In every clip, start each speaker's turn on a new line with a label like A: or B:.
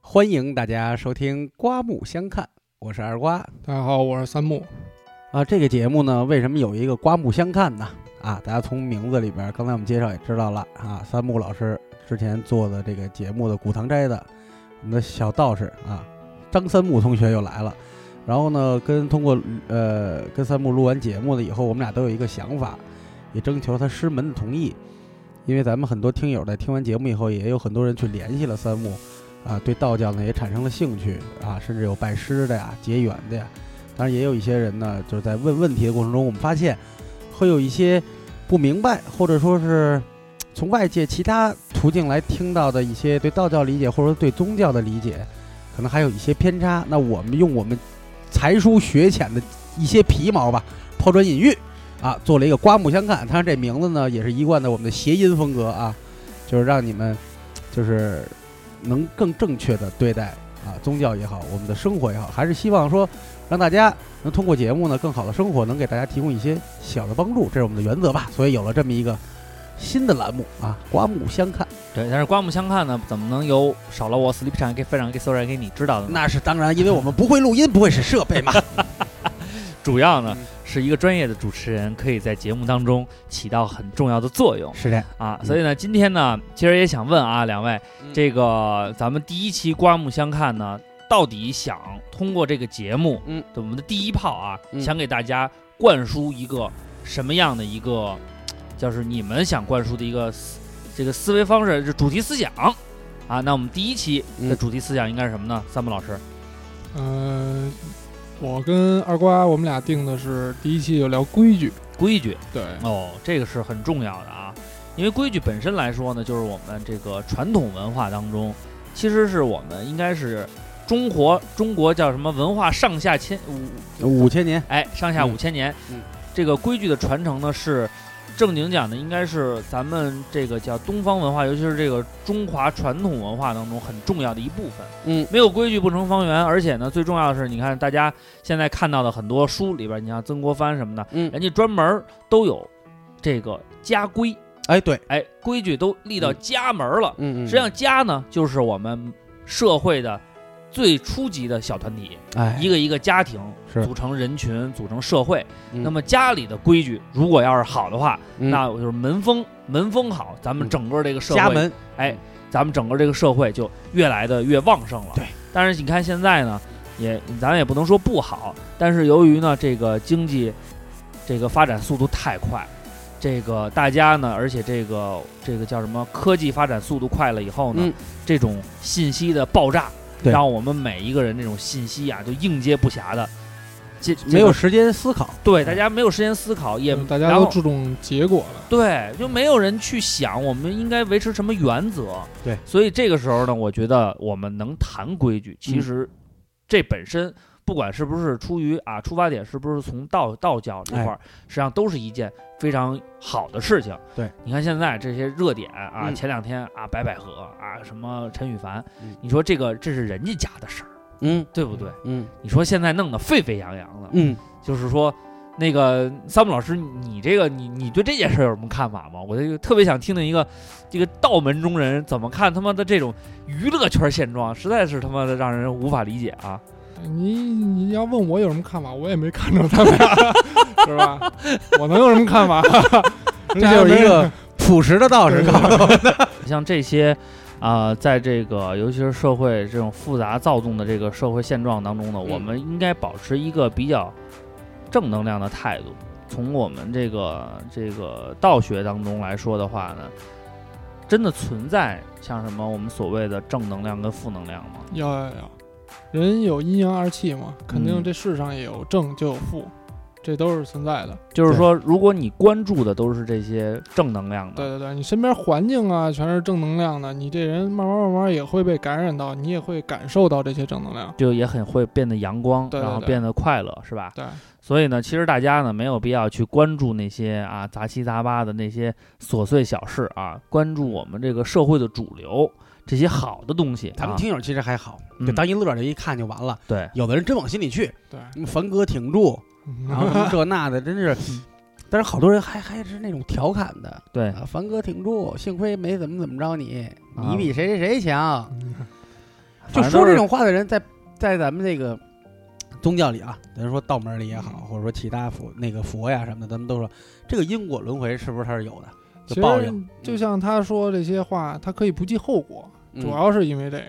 A: 欢迎大家收听《刮目相看》，我是二瓜
B: 大家好，我是三木。
A: 啊。这个节目呢，为什么有一个“刮目相看”呢？啊，大家从名字里边，刚才我们介绍也知道了啊。三木老师之前做的这个节目的古堂斋的，我们的小道士啊，张三木同学又来了。然后呢，跟通过呃跟三木录完节目了以后，我们俩都有一个想法，也征求他师门的同意，因为咱们很多听友在听完节目以后，也有很多人去联系了三木，啊，对道教呢也产生了兴趣啊，甚至有拜师的呀、结缘的呀。当然，也有一些人呢，就是在问问题的过程中，我们发现会有一些不明白，或者说是从外界其他途径来听到的一些对道教理解，或者说对宗教的理解，可能还有一些偏差。那我们用我们才疏学浅的一些皮毛吧，抛砖引玉啊，做了一个刮目相看。当然，这名字呢也是一贯的我们的谐音风格啊，就是让你们就是能更正确的对待啊宗教也好，我们的生活也好，还是希望说让大家能通过节目呢更好的生活，能给大家提供一些小的帮助，这是我们的原则吧。所以有了这么一个新的栏目啊，刮目相看，
C: 对，但是刮目相看呢，怎么能有少了我 Sleep 上给非常给 Sorry 给你知道的呢？
A: 那是当然，因为我们不会录音，不会使设备嘛。
C: 主要呢
A: 嗯
C: 是一个专业的主持人可以在节目当中起到很重要的作用
A: 是这，
C: 啊，
A: 嗯
C: 所以呢，今天呢，其实也想问啊，两位，这
A: 个
C: 个咱们第一期刮目相看呢，到底想通过这个节目，
A: 嗯，
C: 我们的第一炮啊，
A: 嗯
C: 想给大家灌输一个什么样的一个，就是你们想灌输的一个思这个思维方式，就主题思想啊。那我们第一期的
A: 嗯
C: 主题思想应该是什么呢？三木老师，
B: 呃，我跟二瓜我们俩定的是第一期就聊规矩，
C: 规矩
B: 对，
C: 哦，这个是很重要的啊，因为规矩本身来说呢，就是我们这个传统文化当中，其实是我们应该是中国中国叫什么文化上下千五
A: 五千年，
C: 哎，上下
A: 嗯
C: 五千年，
A: 嗯
C: 这个规矩的传承呢是正经讲的，应该是咱们这个叫东方文化，尤其是这个中华传统文化当中很重要的一部分。
A: 嗯，
C: 没有规矩不成方圆，而且呢，最重要的是，你看大家现在看到的很多书里边，你像曾国藩什么的，
A: 嗯
C: 人家专门儿都有这个家规，
A: 哎，对，
C: 哎，规矩都立到
A: 嗯
C: 家门儿了。
A: 嗯嗯，
C: 实际上，家呢就是我们社会的最初级的小团体。
A: 哎，
C: 一个一个家庭
A: 是
C: 组成人群，组成社会。
A: 嗯
C: 那么家里的规矩，如果要是好的话，
A: 嗯
C: 那就是门风门风好，咱们
A: 嗯
C: 整个这个社会，
A: 家门，
C: 哎，咱们整个这个社会就越来的越旺盛了。
A: 对，
C: 但是你看现在呢，也咱也不能说不好，但是由于呢这个经济这个发展速度太快。这个大家呢，而且这个这个叫什么？科技发展速度快了以后呢，
A: 嗯
C: 这种信息的爆炸，
A: 对
C: 让我们每一个人这种信息啊，就应接不暇的，这这个
A: 没有时间思考，
C: 对大家没有时间思考，也
B: 就大家
C: 然
B: 都
C: 后
B: 注重结果了。
C: 对，就没有人去想我们应该维持什么原则。
A: 对，
C: 所以这个时候呢，我觉得我们能谈规矩，其
A: 嗯
C: 实这本身不管是不是出于啊出发点，是不是从道道教这
A: 哎
C: 块儿，实际上都是一件非常好的事情。
A: 对，
C: 你看现在这些热点啊，
A: 嗯
C: 前两天啊白百合啊什么陈羽凡，
A: 嗯
C: 你说这个这是人家家的事儿，
A: 嗯
C: 对不对？
A: 嗯
C: 你说现在弄得沸沸扬扬的，
A: 嗯，
C: 就是说，那个三木老师，你这个你你对这件事有什么看法吗？我就特别想听听一个这个道门中人怎么看他妈的这种娱乐圈现状，实在是他妈的让人无法理解啊！
B: 你你要问我有什么看法，我也没看着他们 俩，是吧？我能有什么看法？
A: 这就是一个朴实的道士告诉 我们
C: 像这些啊、在这个尤其是社会这种复杂躁动的这个社会现状当中呢，
A: 嗯
C: 我们应该保持一个比较正能量的态度。从我们这个这个道学当中来说的话呢，真的存在像什么我们所谓的正能量跟负能量吗？
B: 要要要，人有阴阳二气嘛，肯定
C: 嗯
B: 这世上也有正就有负，这都是存在的。
A: 嗯
C: 就是说，如果你关注的都是这些正能量
B: 对
C: 的，
B: 对对，你身边环境啊，全是正能量的，你这人慢慢慢慢也会被感染到，你也会感受到这些正能量。
C: 就也很会变得阳光，
B: 对对
C: 然后
B: 对
C: 变得快乐，是吧？
B: 对，
C: 所以呢，其实大家呢没有必要去关注那些啊杂七杂八的那些琐碎小事啊，关注我们这个社会的主流这些好的东西、啊。
A: 咱们听友其实还好，
C: 嗯
A: 就当一乐儿就一看就完了。
C: 对，
A: 有的人真往心里去，
B: 对，
A: 什么凡哥挺住，
B: 嗯
A: 然 后什么这那的，真是。但是好多人还还是那种调侃的啊
C: 对，
A: 啊，凡哥挺住，幸亏没怎么怎么着你，
C: 啊
A: 你比谁谁谁强。就
C: 反正
A: 说
C: 都是
A: 这种话的人在，在咱们这个宗教里啊，咱说道门里也好，或者说其他佛那个佛呀什么的，咱们都说这个因果轮回是不是它是有的？
B: 其
A: 就报
B: 实
A: 应
B: 就像他说这些话，他可以不计后果，
A: 嗯
B: 主 要是因为这个。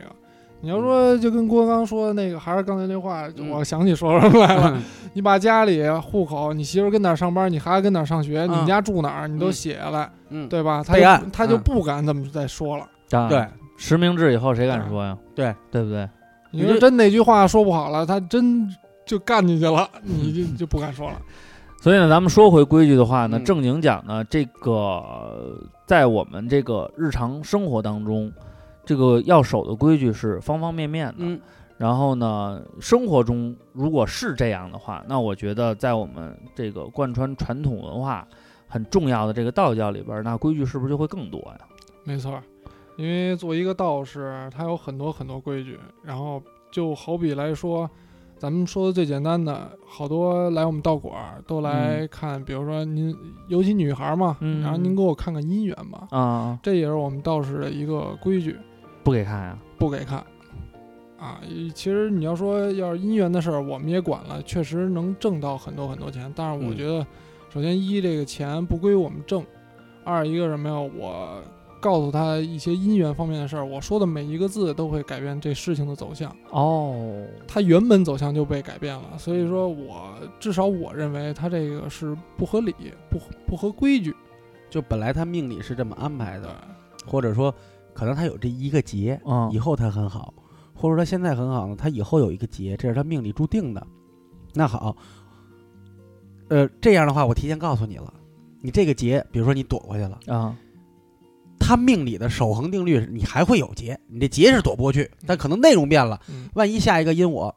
B: 你要说就跟郭刚说的那个，还是刚才那话，就
A: 嗯
B: 我想起说什么来了。 你把家里、户口、你媳妇儿跟哪儿上班，你孩子跟哪儿上学，
A: 嗯
B: 你们家住哪儿，你都
A: 嗯
B: 写下来，
A: 嗯，
B: 对吧？他
A: 备
B: 就
A: 案
B: 他就
A: 嗯
B: 不敢这么再说了。
C: 当然
A: 对，
C: 啊实名制以后谁敢说呀？
A: 对
C: 对不对？
A: 你
B: 你说
A: 这
B: 真哪句话说不好了，他真就干进去了，你 就就不敢说了。
C: 所以呢，咱们说回规矩的话呢，
A: 嗯
C: 正经讲呢，这个呃在我们这个日常生活当中，这个要守的规矩是方方面面的。
A: 嗯
C: 然后呢，生活中如果是这样的话，那我觉得在我们这个贯穿传统文化很重要的这个道教里边儿，那规矩是不是就会更多呀？
B: 没错儿，因为作为一个道士，他有很多很多规矩。然后就好比来说，咱们说的最简单的，好多来我们道馆儿都来看，比如说您，尤其女孩儿嘛，
C: 嗯
B: 然后您给我看看姻缘吧，
C: 啊、
B: 这也是我们道士的一个规矩，
C: 不给看呀、
B: 不给看。啊，其实你要说要是姻缘的事儿，我们也管了，确实能挣到很多很多钱。但是我
A: 嗯
B: 觉得，首先一这个钱不归我们挣，二一个什么呀？我告诉他一些姻缘方面的事儿，我说的每一个字都会改变这事情的走向，
C: 哦，
B: 它原本走向就被改变了。所以说我至少我认为他这个是不合理、不不合规矩
A: 就本来他命里是这么安排的，
B: 的。
A: 或者说可能他有这一个劫，
C: 嗯
A: 以，后他很好，或者说他现在很好呢，他以后有一个劫，这是他命里注定的。那好，呃，这样的话我提前告诉你了，你这个劫，比如说你躲过去了，
C: 啊，
A: 他命里的守恒定律是你还会有劫，你这劫是躲不过去，但可能内容变了，
B: 嗯，
A: 万一下一个因我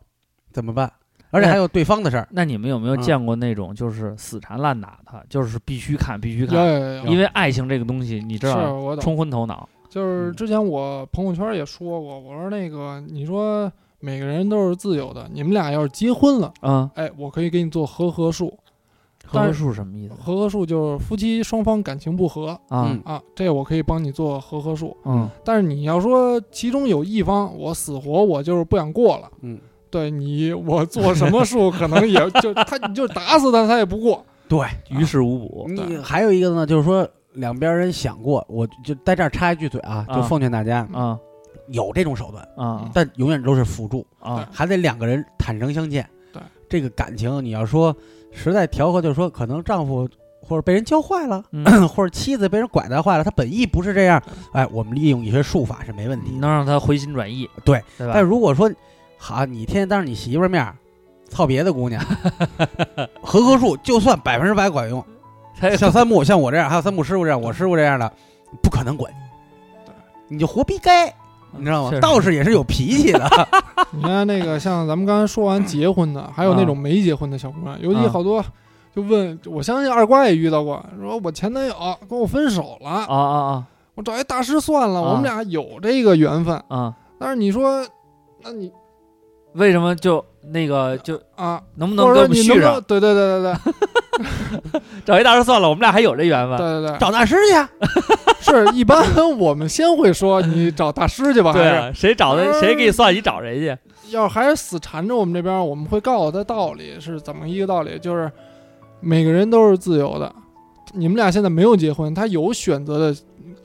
A: 怎么办？而且还有对方的事儿，
C: 那你们有没有
A: 嗯
C: 见过那种就是死缠烂打的，就是必须看，必须
B: 有
C: 看？
B: 有有有，
C: 因为爱情这个东西，你知
B: 是
C: 道，
B: 我懂。
C: 冲昏头脑。
B: 就是
A: 嗯
B: 之前我朋友圈也说过，我说那个你说每个人都是自由的，你们俩要是结婚了，
C: 嗯，
B: 哎，我可以给你做和合术，
C: 合
B: 但
C: 合
B: 是
C: 术什么意思
B: 和合术就是夫妻双方感情不和
C: 啊？
A: 嗯
B: 啊，这我可以帮你做和合术。
C: 嗯
B: 但是你要说其中有一方我死活我就是不想过了，
A: 嗯，
B: 对你我做什么术可能也就他你就打死他他也不过，
A: 对，
C: 于事无补。
A: 你还有一个呢，就是说两边人想过，我就在这儿插一句嘴啊，
C: 啊
A: 就奉劝大家
C: 啊
A: 有这种手段，
C: 啊
A: 但永远都是辅助，
C: 啊！
A: 还得两个人坦诚相见。
B: 对，
A: 这个感情你要说实在调和，就是说可能丈夫或者被人教坏了，
C: 嗯
A: 或者妻子被人拐带坏了，他本意不是这样，哎，我们利用一些术法是没问题
C: 你
A: 的。
C: 能让他回心转意，
A: 对
C: 嗯对吧？
A: 但如果说，好，你天天当着你媳妇儿面儿操别的姑娘， 合格术就算百分之百管用，
C: 他
A: 像三木像我这样，还有三木师傅这样，我师傅这样的，不可能管，你就活逼该，你知道吗？
C: 确实
A: 道士也是有脾气 的，
B: 你看那个，像咱们刚才说完结婚的，还有那
C: 啊
B: 种没结婚的小姑娘，尤其好多就问，我相信二瓜也遇到过，说我前男友跟我分手了，
C: 啊啊
B: 我找一大师算了，
C: 啊
B: 我们俩有这个缘分，
C: 啊啊！
B: 但是你说，那你
C: 为什么就那个就
B: 啊，
C: 能不能
B: 或
C: 给
B: 者
C: 我
B: 说
C: 们
B: 你
C: 续
B: 能不能
C: 上？
B: 对对 对对对
C: 找一大师算了，我们俩还有这缘分。
B: 对对对，
A: 找大师去啊。
B: 是一般 我们先会说你找大师去吧，还
C: 对
B: 是
C: 啊，谁找的谁给你算，你找谁去？
B: 要还是死缠着我们这边，我们会告诉他道理是怎么一个道理，就是每个人都是自由的。你们俩现在没有结婚，他有选择的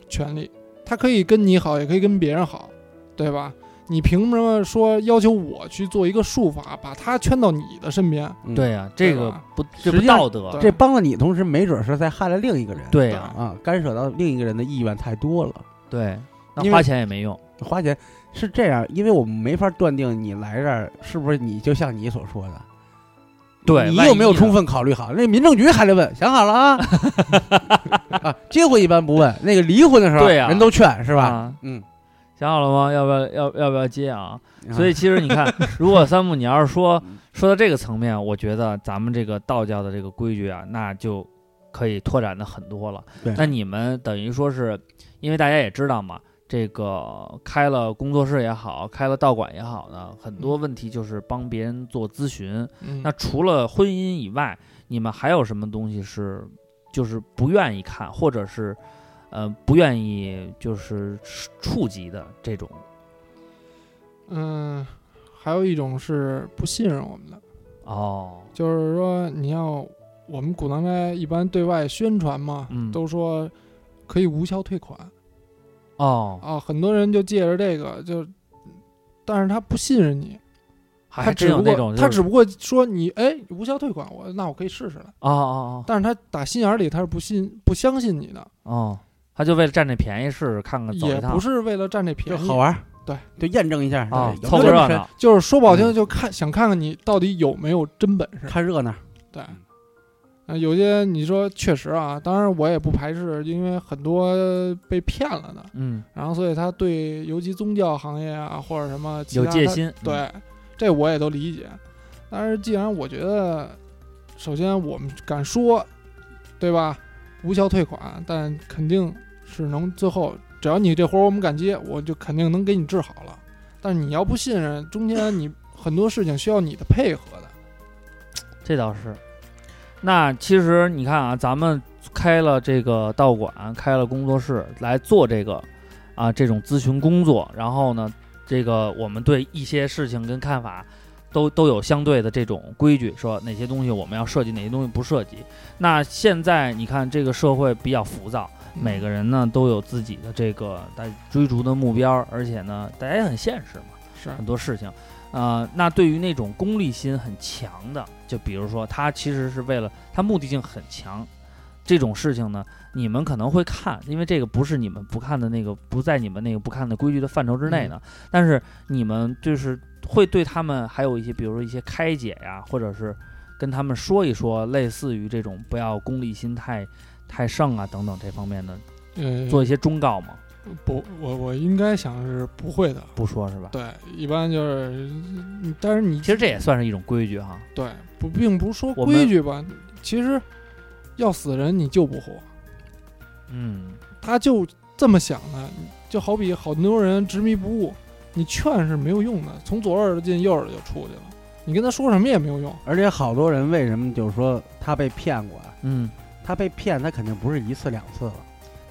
B: 权利，他可以跟你好，也可以跟别人好，对吧？你凭什么说要求我去做一个术法，把他圈到你的身边？
A: 嗯
C: 对呀，这个
B: 对吧
C: 不
A: 实
C: 这不
A: 际上
C: 道德。
B: 对
A: 这帮了你，同时没准是在害了另一个人。
C: 对呀，
A: 啊，干涉到另一个人的意愿太多了。
C: 对，那
A: 因为
C: 花钱也没用。
A: 花钱是这样，因为我们没法断定你来这儿是不是你就像你所说的，
C: 对，
A: 你
C: 万
A: 有没有
C: 一呢
A: 充？分考虑好？那民政局还得问，想好了 啊？啊，结婚一般不问，那个离婚的时候，
C: 对呀
A: 人都劝是吧？
C: 啊
A: 嗯，
C: 想好了吗？要不要要要不要接啊？所以其实你看，如果三木你要是说说到这个层面，我觉得咱们这个道教的这个规矩啊，那就可以拓展的很多了
A: 对。
C: 那你们等于说是，因为大家也知道嘛，这个开了工作室也好，开了道馆也好呢，很多问题就是帮别人做咨询。
B: 嗯
C: 那除了婚姻以外，你们还有什么东西是就是不愿意看，或者是呃不愿意就是触及的这种
B: 嗯，还有一种是不信任我们的，
C: 哦，
B: 就是说你像我们古当斋一般对外宣传嘛，
C: 嗯
B: 都说可以无效退款
C: 哦，
B: 啊，很多人就借着这个就，但是他不信任你，他
C: 啊还真
B: 只
C: 有
B: 不
C: 那
B: 过
C: 种就是，
B: 他只不过说你哎无效退款，我那我可以试试了，
C: 哦哦
B: 但是他打心眼儿里他是不信不相信你的，
C: 哦哦，他就为了占这便宜试试看看走
B: 也
C: 一
B: 不
C: 趟，
B: 是为了占这便
A: 就
B: 宜，
A: 好玩儿，
B: 对，
A: 就验证一下
C: 啊
A: 有，没有
C: 凑个
A: 这么
C: 热
A: 深
C: 闹，
B: 就是说不好
C: 嗯
B: 听的就看想看看你到底有没有真本事，
A: 看热闹。
B: 对。
C: 嗯
B: 啊，有些你说确实啊，当然我也不排斥，因为很多被骗了的，
C: 嗯，
B: 然后所以他对尤其宗教行业啊或者什么其
C: 有
B: 他
C: 戒
B: 他，
C: 心，嗯
B: 对，这我也都理解。但是既然我觉得，首先我们敢说，对吧？无效退款，但肯定是能最后，只要你这活儿我们敢接，我就肯定能给你治好了。但是你要不信任，中间你很多事情需要你的配合的。
C: 这倒是。那其实你看啊，咱们开了这个道馆，开了工作室来做这个啊这种咨询工作，然后呢，这个我们对一些事情跟看法都都有相对的这种规矩，说哪些东西我们要设计，哪些东西不设计。那现在你看这个社会比较浮躁，
B: 嗯
C: 每个人呢都有自己的这个在追逐的目标，而且呢大家也很现实嘛。
B: 是
C: 很多事情。呃，那对于那种功利心很强的，就比如说他其实是为了他目的性很强，这种事情呢，你们可能会看，因为这个不是你们不看的那个，不在你们那个不看的规矩的范畴之内呢。但是你们就是会对他们还有一些，比如说一些开解呀，或者是跟他们说一说，类似于这种不要功利心太太盛啊等等这方面的，
B: 呃，
C: 嗯做一些忠告吗？
B: 不，我我应该想是不会的。
C: 不说是吧？
B: 对，一般就是，嗯但是你
C: 其实这也算是一种规矩哈。
B: 对不，并不是说
C: 我们
B: 规矩吧。其实要死人你救不活，
C: 嗯，
B: 他就这么想的。就好比好多人执迷不悟，你劝是没有用的，从左耳朵进右耳朵就出去了，你跟他说什么也没有用。
A: 而且好多人为什么就是说他被骗过啊？
C: 嗯，
A: 他被骗，他肯定不是一次两次了，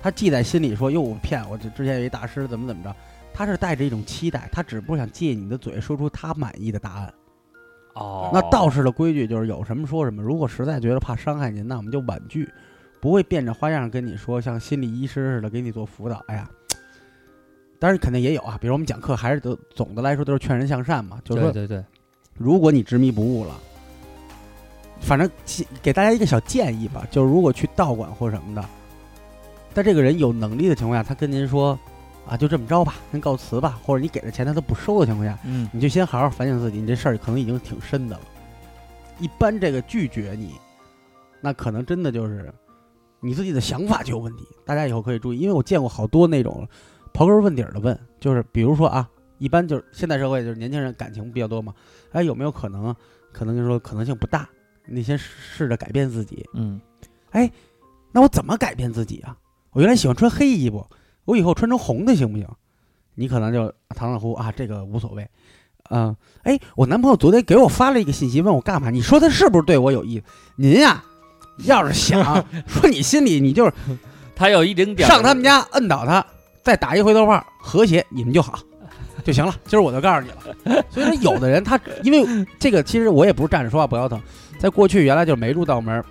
A: 他记在心里说：“哟，我骗我，这之前有一大师怎么怎么着。”他是带着一种期待，他只不过想借你的嘴说出他满意的答案。
C: 哦，
A: 那道士的规矩就是有什么说什么，如果实在觉得怕伤害您，那我们就婉拒，不会变着花样跟你说，像心理医师似的给你做辅导。哎呀，当然肯定也有啊，比如我们讲课还是都总的来说都是劝人向善嘛，就是说
C: 对对对，
A: 如果你执迷不悟了，反正其给大家一个小建议吧，就是如果去道馆或什么的，在这个人有能力的情况下，他跟您说啊，就这么着吧，先告辞吧，或者你给的钱他都不收的情况下，
C: 嗯，
A: 你就先好好反省自己，你这事儿可能已经挺深的了。一般这个拒绝你，那可能真的就是你自己的想法就有问题。大家以后可以注意，因为我见过好多那种刨根问底儿的问，就是比如说啊，一般就是现代社会就是年轻人感情比较多嘛，哎，有没有可能啊？可能就说可能性不大，你先试着改变自己。
C: 嗯，
A: 那我怎么改变自己啊？我原来喜欢穿黑衣服，我以后穿成红的行不行？你可能就唐老虎啊，这个无所谓。嗯，哎，我男朋友昨天给我发了一个信息，问我干嘛？你说他是不是对我有意思？您呀、要是想说你心里，你就是
C: 他有一丁点儿
A: 上他们，家摁倒他，再打一回头炮，和谐你们就好就行了。今儿我就告诉你了。所以说，有的人他因为这个，其实我也不是站着说话不腰疼，在过去原来就没入道门儿，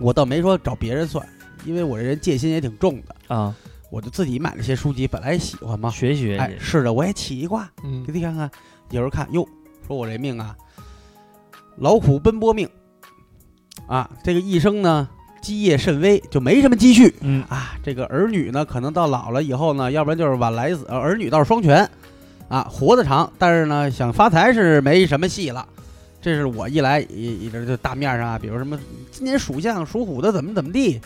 A: 我倒没说找别人算，因为我这人戒心也挺重的，
C: 啊，
A: 我就自己买了些书籍，本来也喜欢嘛，
C: 学习学
A: 哎，
C: 习，
A: 试着我也起一卦，
B: 嗯
A: 给，你看看，有人看哟，说我这命啊，劳苦奔波命啊，这个一生呢基业甚微，就没什么积蓄。
C: 嗯，
A: 啊，这个儿女呢，可能到老了以后呢，要不然就是晚来死，呃儿女倒是双全，啊，活得长，但是呢，想发财是没什么戏了。这是我一来一一这就大面上啊，比如什么今年属相属虎的怎么怎么地，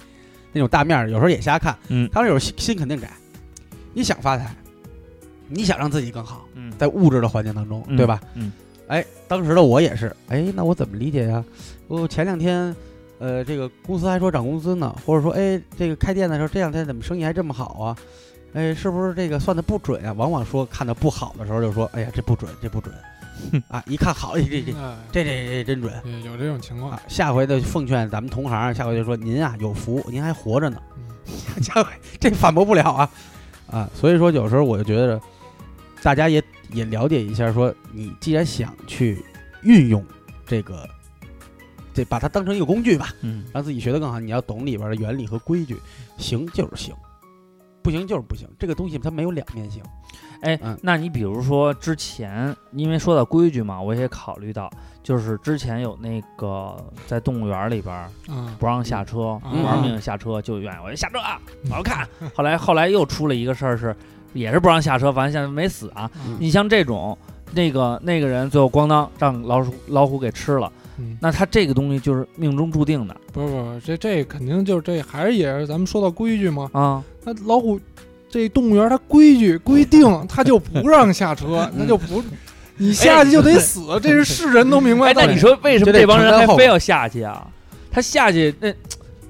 A: 那种大面儿有时候也瞎看，
C: 嗯
A: 他们有心心肯定窄。你想发财，你想让自己更好，
C: 嗯，
A: 在物质的环境当中，对吧？？
C: 嗯，
A: 哎，当时的我也是，哎，那我怎么理解呀、我前两天，呃，这个公司还说涨工资呢，或者说，哎，这个开店的时候这两天怎么生意还这么好啊？哎，是不是这个算的不准啊？往往说看到不好的时候就说，哎呀，这不准，这不准，啊，一看好，哎这这
B: 哎，
A: 这这这真准
B: 也有这种情况
A: 啊。！下回的奉劝咱们同行，下回就说您啊有福，您还活着呢。
B: 嗯
A: 下回这反驳不了啊啊！所以说有时候我就觉得，大家也也了解一下，说你既然想去运用这个，这把它当成一个工具吧，
C: 嗯，
A: 让自己学得更好，你要懂里边的原理和规矩，行就是行，不行就是不行，这个东西它没有两面性。
C: 哎
A: 嗯，
C: 那你比如说之前，因为说到规矩嘛，我也考虑到，就是之前有那个在动物园里边儿
B: 啊，
C: 不让下车，
B: 嗯
C: 玩命下车就怨我就下车啊，我要看。后来后来又出了一个事儿是，也是不让下车，反正现在没死啊。
B: 嗯
C: 你像这种，那个那个人最后咣当让老鼠老虎给吃了，
B: 嗯，
C: 那他这个东西就是命中注定的
B: 不是不是，这这肯定就是这还是也是咱们说到规矩嘛。
C: 啊。
B: 那老虎这动物园它规矩规定，它就不让下车，它就不，你下去就得死，这是世人都明白
C: 哎，
B: 道
C: 那
B: 理。
C: 你说为什么
A: 就得
C: 这帮人
A: 承
C: 还
A: 担后
C: 非
A: 果
C: 要下去啊？他下去那，实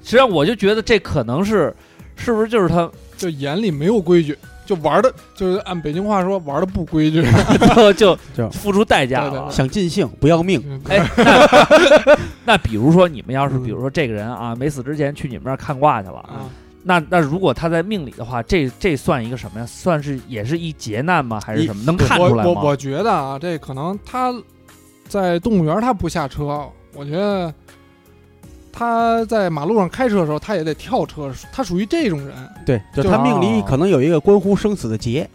C: 际上我就觉得这可能是，是不是就是他
B: 就眼里没有规矩，就玩的，就是按北京话说玩的不规矩。
C: 最后 就
A: 就
C: 付出代价
B: 啊
C: 了？
A: 想尽兴不要命，
C: 哎，那那比如说你们要是
B: 嗯
C: 比如说这个人啊没死之前去你们那儿看卦去了，
A: 嗯
B: 啊，
C: 那那如果他在命里的话，这这算一个什么呀？算是也是一劫难吗？还是
A: 一
C: 什么？能
A: 不
C: 看
B: 我
C: 出来
B: 我
C: 吗？
B: 我觉得啊，这可能他在动物园他不下车，我觉得他在马路上开车的时候，他也得跳车，他属于这种人。
A: 对，就
B: 就啊
A: 他命里可能有一个关乎生死的劫。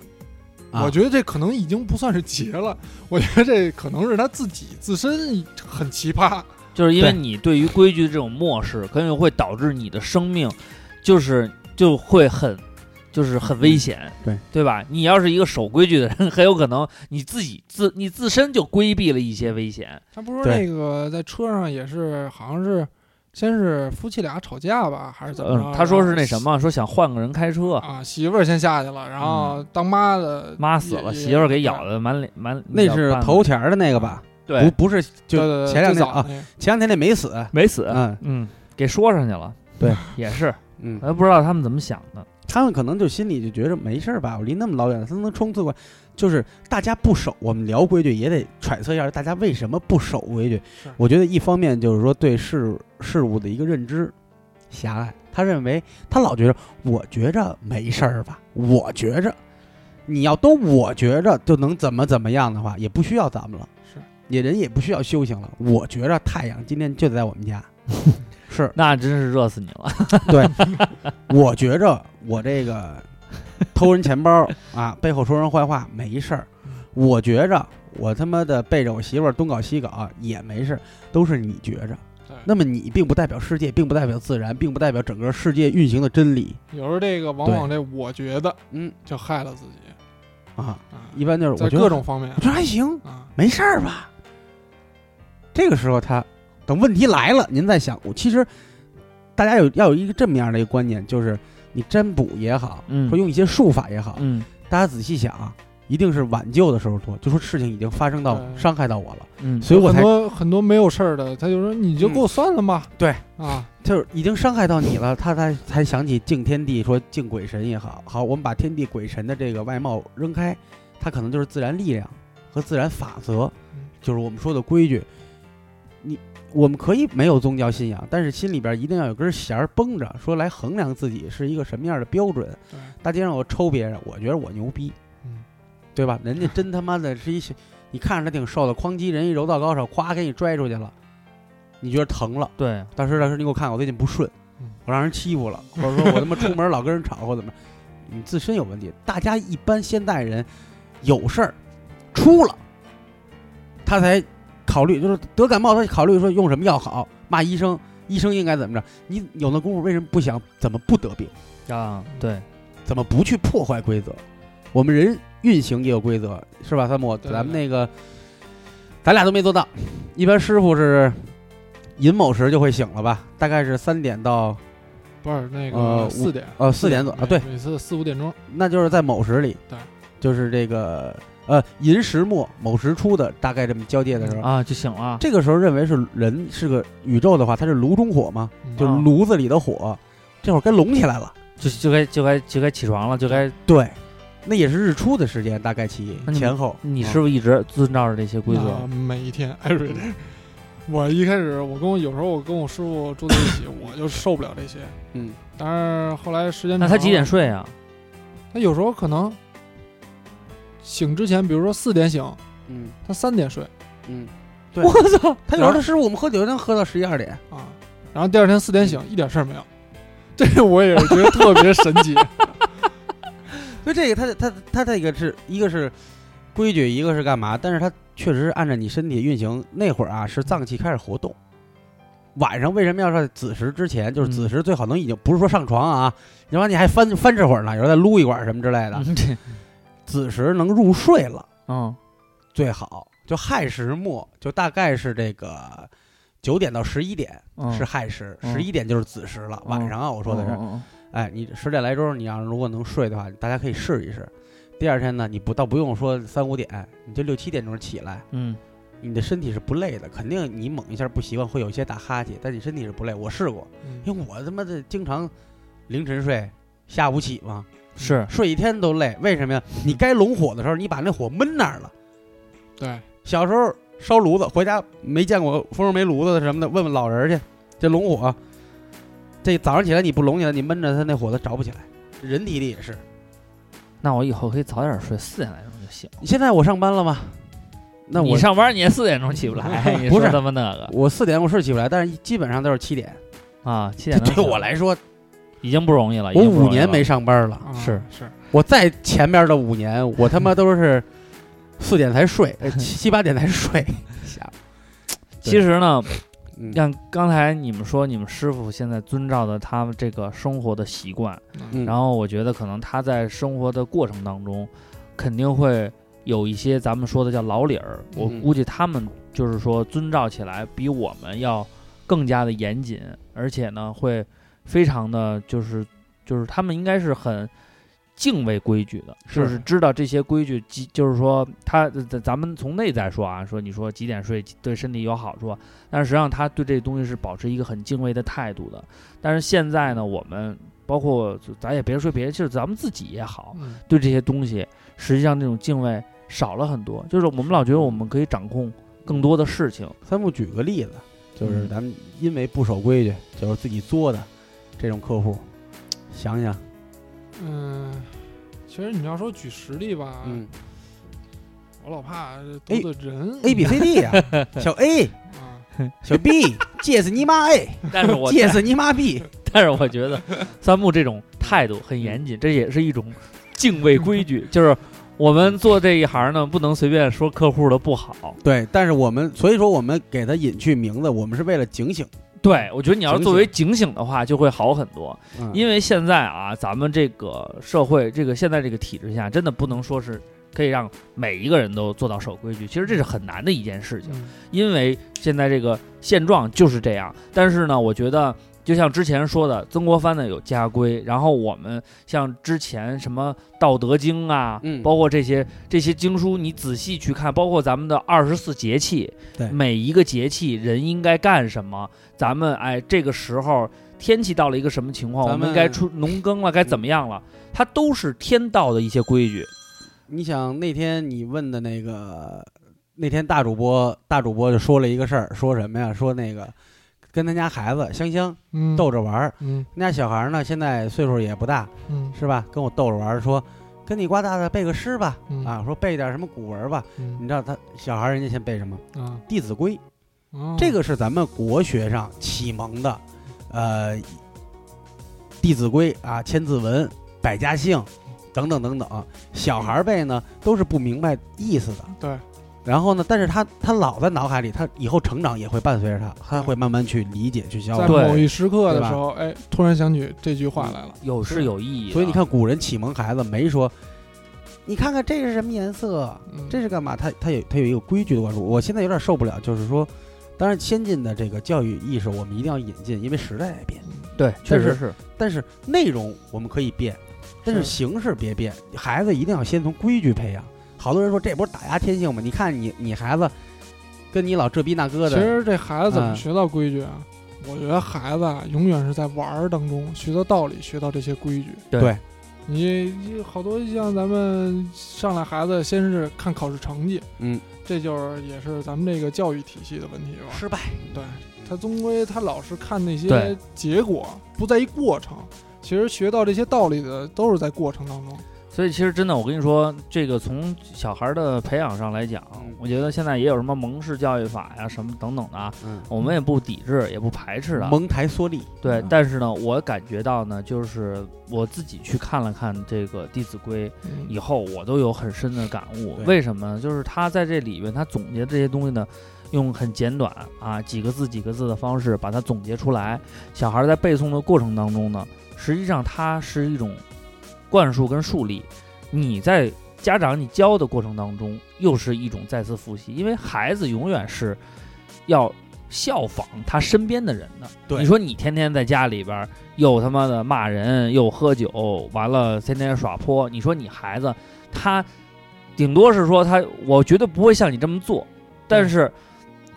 A: 啊
B: 我觉得这可能已经不算是劫了， 我觉得这可能是他自己自身很奇葩。
C: 就是因为
A: 对
C: 你对于规矩这种漠视，可能会导致你的生命，就是就会很。就是很危险，
A: 嗯对
C: 对吧？你要是一个守规矩的人，很有可能你自己自你自身就规避了一些危险。
B: 他不是说
A: 对
B: 那个在车上也是，好像是先是夫妻俩吵架吧，还是怎么着？
C: 嗯，他说是那
B: 然后
C: 什么，说想换个人开车，
B: 啊，媳妇儿先下去了，然后当妈的
C: 妈死了，媳妇儿给咬。的满脸满。
A: 那是头前儿的那个吧？
C: 对
A: 不，不是，
B: 也
A: 就
B: 对对对
A: 前两
B: 最
A: 天
B: 早
A: 啊
B: 那，个
A: 前两天那没死。
C: 没死，
A: 嗯
C: 嗯，给说上去了。
A: 对，
C: 也是，
A: 嗯
C: 我，也哎不知道他们怎么想的。
A: 他们可能就心里就觉着没事儿吧，我离那么老远，他能冲刺过来。就是大家不守，我们聊规矩也得揣测一下大家为什么不守规矩
B: 是。
A: 我觉得一方面就是说对事事物的一个认知狭隘，他认为他老觉着我觉着没事儿吧，我觉着你要都我觉着就能怎么怎么样的话，也不需要咱们了，
B: 是
A: 也人也不需要修行了。我觉着太阳今天就在我们 家，是
C: 那真是热死你了。
A: 我觉着我这个偷人钱包啊，背后说人坏话没事儿。
B: 嗯
A: 我觉着我他妈的背着我媳妇儿东搞西搞也没事儿，都是你觉着。
B: 对
A: 那么你并不代表世界，并不代表自然，并不代表整个世界运行的真理。
B: 有时候这个往往这我觉得
A: 嗯
B: 就害了自己
A: 啊，
B: 啊，
A: 一般就是
B: 在
A: 我觉得
B: 各种方面
A: 我觉得还行，
B: 啊，
A: 没事儿吧？这个时候他等问题来了，您再想。我其实大家有要有一个这么样的一个观念，就是你占卜也好，
C: 嗯
A: 说用一些术法也好，
C: 嗯
A: 大家仔细想啊，一定是挽救的时候多，就说事情已经发生到
B: 对
A: 伤害到我了，
C: 嗯，
A: 所以我
B: 很
A: 才
B: 多很多没有事儿的，他就说你就给我算了吧。
A: 嗯对
B: 啊，
A: 就是已经伤害到你了，他才才想起敬天地，说敬鬼神也好，好，我们把天地鬼神的这个外貌扔开，它可能就是自然力量和自然法则
B: 嗯，
A: 就是我们说的规矩。你我们可以没有宗教信仰，但是心里边一定要有根弦儿绷着，说来衡量自己是一个什么样的标准。
B: 对，
A: 大街上我抽别人，我觉得我牛逼，
B: 嗯，
A: 对吧？人家真他妈的是一小，你看着他挺瘦的，哐叽人一柔道高手，咵给你拽出去了，你觉得疼了？
C: 对，
A: 当时老师你给我看，我最近不顺
B: 嗯，
A: 我让人欺负了，或者说我他妈出门老跟人吵或怎么着，你自身有问题。大家一般现代人有事儿出了，他才考虑，就是得感冒，他考虑说用什么药好，骂医生，医生应该怎么着？你有那功夫为什么不想怎么不得病？
C: 啊，对，
A: 怎么不去破坏规则？我们人运行也有规则，是吧，三木？
B: 对对
A: 咱们那个，咱俩都没做到。一般师傅是寅卯时就会醒了吧？大概是三点到
B: 不是
A: 呃
B: 那个
A: 我
B: 四点
A: 呃四点左啊，对，
B: 每次四五点钟，
A: 那就是在卯时里，
B: 对，
A: 就是这个呃寅时末卯时初的大概这么交界的时候，
C: 啊，就醒了。
A: 这个时候认为是人是个宇宙的话，它是炉中火嘛，
B: 嗯
A: 就是炉子里的火，这会儿该拢起来了。
C: 就就该就该就该起床了，就该
A: 对，那也是日出的时间，大概其
C: 那你
A: 前后。
C: 你
A: 嗯啊
C: 师傅一直遵照着这些规
B: 那
C: 则，
B: 每一天 every day。我一开始我跟我有时候我跟我师傅住在一起，我就受不了这些。
A: 嗯。
B: 但是后来时间
C: 那
B: 长
C: 他几
B: 了
C: 点睡啊？
B: 他有时候可能醒之前，比如说四点醒，
A: 嗯
B: 他三点睡
A: 嗯，对
C: 我操，
A: 他有时候他师傅我们喝酒能喝到十一二点，
B: 啊，嗯然后第二天四点醒，一点事儿没有。 这个我也是觉得特别神 奇。
A: 所以这个他他他这个是一个是规矩，一个是干嘛？但是他确实是按照你身体运行那会儿啊，是脏器开始活动。晚上为什么要在子时之前？就是子
C: 嗯
A: 时最好能已经不是说上床啊，你说你还翻翻这会儿呢，有时候再撸一管什么之类的。
C: 嗯这
A: 子时能入睡了
C: 嗯
A: 最好，就亥时末，就大概是这个九点到十一点
C: 嗯
A: 是亥时，
C: 嗯
A: 十一点就是子时了。
C: 嗯
A: 晚上啊，我说的是，
C: 嗯
A: 哎，你十点来钟，你要如果能睡的话，大家可以试一试。第二天呢，你不倒不用说三五点，你就六七点钟起来，
C: 嗯
A: 你的身体是不累的。肯定你猛一下不习惯，会有一些打哈欠，但你身体是不累。我试过，因为我他妈的经常凌晨睡，下午起嘛，
C: 是
A: 睡一天都累。为什么呀？你该拢火的时候，你把那火闷那儿了。
B: 对，啊
A: 小时候烧炉子，回家没见过风筝没炉子的什么的，问问老人去，这拢火，这早上起来你不拢起来，你闷着它那火它着不起来。人体里也是。
C: 那我以后可以早点睡，四点来钟就醒。
A: 你现在我上班了吗？那我
C: 你上班你也四点钟起不 来，你说
A: 不是
C: 他妈那个
A: 我四点我是起不来，但是基本上都是七点。
C: 啊？七
A: 这
C: 点 钟
A: 对
C: 醒
A: 我来说，
C: 已经不容易了。已
A: 我
C: 经不容
A: 五
C: 易
A: 年
C: 了
A: 没上班了。
B: 啊
C: 是
B: 是，
A: 我在前边的五年，我他 妈都是四点才睡， 呃七七八点才睡。下午
C: 其实呢，
A: 嗯
C: 像刚才你们说，你们师傅现在遵照的他们这个生活的习惯，
A: 嗯
C: 然后我觉得可能他在生活的过程当中，肯定会有一些咱们说的叫老理儿。我
A: 嗯
C: 估计他们就是说遵照起来比我们要更加的严谨，而且呢会非常的就是就是他们应该是很敬畏规矩的，
A: 是
C: 就是知道这些规矩，即就是说他咱咱们从内在说啊，说你说几点睡对身体有好处啊，但是实际上他对这东西是保持一个很敬畏的态度的。但是现在呢，我们包括就咱也别说别人，就是咱们自己也好，
B: 嗯
C: 对这些东西，实际上这种敬畏少了很多。就是我们老觉得我们可以掌控更多的事情，
A: 三木举个例子，就是
C: 嗯
A: 咱们因为不守规矩，就是自己作的这种客户，想想，
B: 嗯，其实你要说举实例吧，
A: 嗯
B: 我老怕得罪人。
A: ，A B C D 呀、小 A
B: 啊，
A: 小 B，借死你妈 A，
C: 但 是我
A: 借死你妈 B，
C: 但是我觉得三木这种态度很严 谨，这也是一种敬畏规矩，就是。我们做这一行呢，不能随便说客户的不好。
A: 对，但是我们所以说我们给他隐去名字，我们是为了警醒，
C: 对，我觉得你要是
A: 警
C: 作为
A: 醒
C: 警醒的话，就会好很多。因
B: 嗯
A: 为
C: 为现在啊，咱们这个社会，这个现在这个体制下，真的不能说是可以让每一个人都做到守规矩，其实这是很难的一件事情，
B: 嗯
C: 因为现在这个现状就是这样。但是呢，我觉得就像之前说的，曾国藩呢有家规，然后我们像之前什么《道德经》啊，
A: 嗯
C: 包括这些这些经书，你仔细去看，包括咱们的二十四节气
A: 对，
C: 每一个节气人应该干什么，咱们哎这个时候天气到了一个什么情况，
A: 咱
C: 我
A: 们
C: 们该出农耕了，该怎么样了，它都是天道的一些规矩。
A: 你想那天你问的那个，那天大主播大主播就说了一个事儿，说什么呀？说那个跟他家孩子香香
B: 嗯，
A: 逗着玩儿，
B: 嗯
A: 那家小孩儿呢现在岁数也不大，
B: 嗯
A: 是吧？跟我逗着玩儿，说跟你瓜大的背个诗吧，
B: 嗯
A: 啊，说背点什么古文吧。你
B: 嗯
A: 知道他小孩儿人家先背什么？
B: 啊
A: 《弟子规》，
B: 啊
A: 这个是咱们国学上启蒙的，呃，《弟子规》啊，《千字文》、百家姓等等等等，小孩儿背呢都是不明白意思的。
B: 对，
A: 然后呢，但是他他老在脑海里，他以后成长也会伴随着他，他会慢慢去理解去消
B: 在
A: 化。
C: 对
B: 某一时刻
A: 对
B: 的
A: 吧
B: 时候，哎，突然想起这句话来了。
C: 有是有意义的，
A: 所以你看，古人启蒙孩子没说，你看看这是什么颜色，
B: 嗯
A: 这是干嘛？他他有他有一个规矩的关注。我现在有点受不了，就是说，当然先进的这个教育意识我们一定要引进，因为时代在变。
C: 对，确实
A: 但
C: 是
A: 但是内容我们可以变，但是
B: 是
A: 形式别变。孩子一定要先从规矩培养。好多人说这不是打压天性吗？你看你你孩子跟你老这逼那哥
B: 其
A: 的，
B: 实这孩子怎么
A: 嗯
B: 学到规矩啊？我觉得孩子啊，永远是在玩儿当中学到道理，学到这些规矩。
C: 对
A: 对
B: 你你好多像咱们上来孩子，先是看考试成绩，
A: 嗯，
B: 这就是也是咱们这个教育体系的问题吧？
A: 失败。
B: 对他终归他老是看那些
C: 对
B: 结果，不在于过程。其实学到这些道理的都是在过程当中。
C: 所以其实真的，我跟你说，这个从小孩的培养上来讲
A: 嗯，
C: 我觉得现在也有什么蒙氏教育法呀，什么等等的啊，
A: 嗯，
C: 我们也不抵制，也不排斥的。
A: 蒙台梭利，
C: 对
A: 嗯，
C: 但是呢，我感觉到呢，就是我自己去看了看这个《弟子规》
B: 嗯
C: 以后，我都有很深的感悟
A: 对。
C: 为什么呢？就是他在这里边，他总结这些东西呢，用很简短啊几个字几个字的方式把它总结出来。小孩在背诵的过程当中呢，实际上它是一种灌输跟树立。你在家长你教的过程当中，又是一种再次复习，因为孩子永远是要效仿他身边的人的。
A: 对
C: 你说你天天在家里边儿又他妈的骂人，又喝酒，完了天天耍泼，你说你孩子他顶多是说他，我绝对不会像你这么做，但是。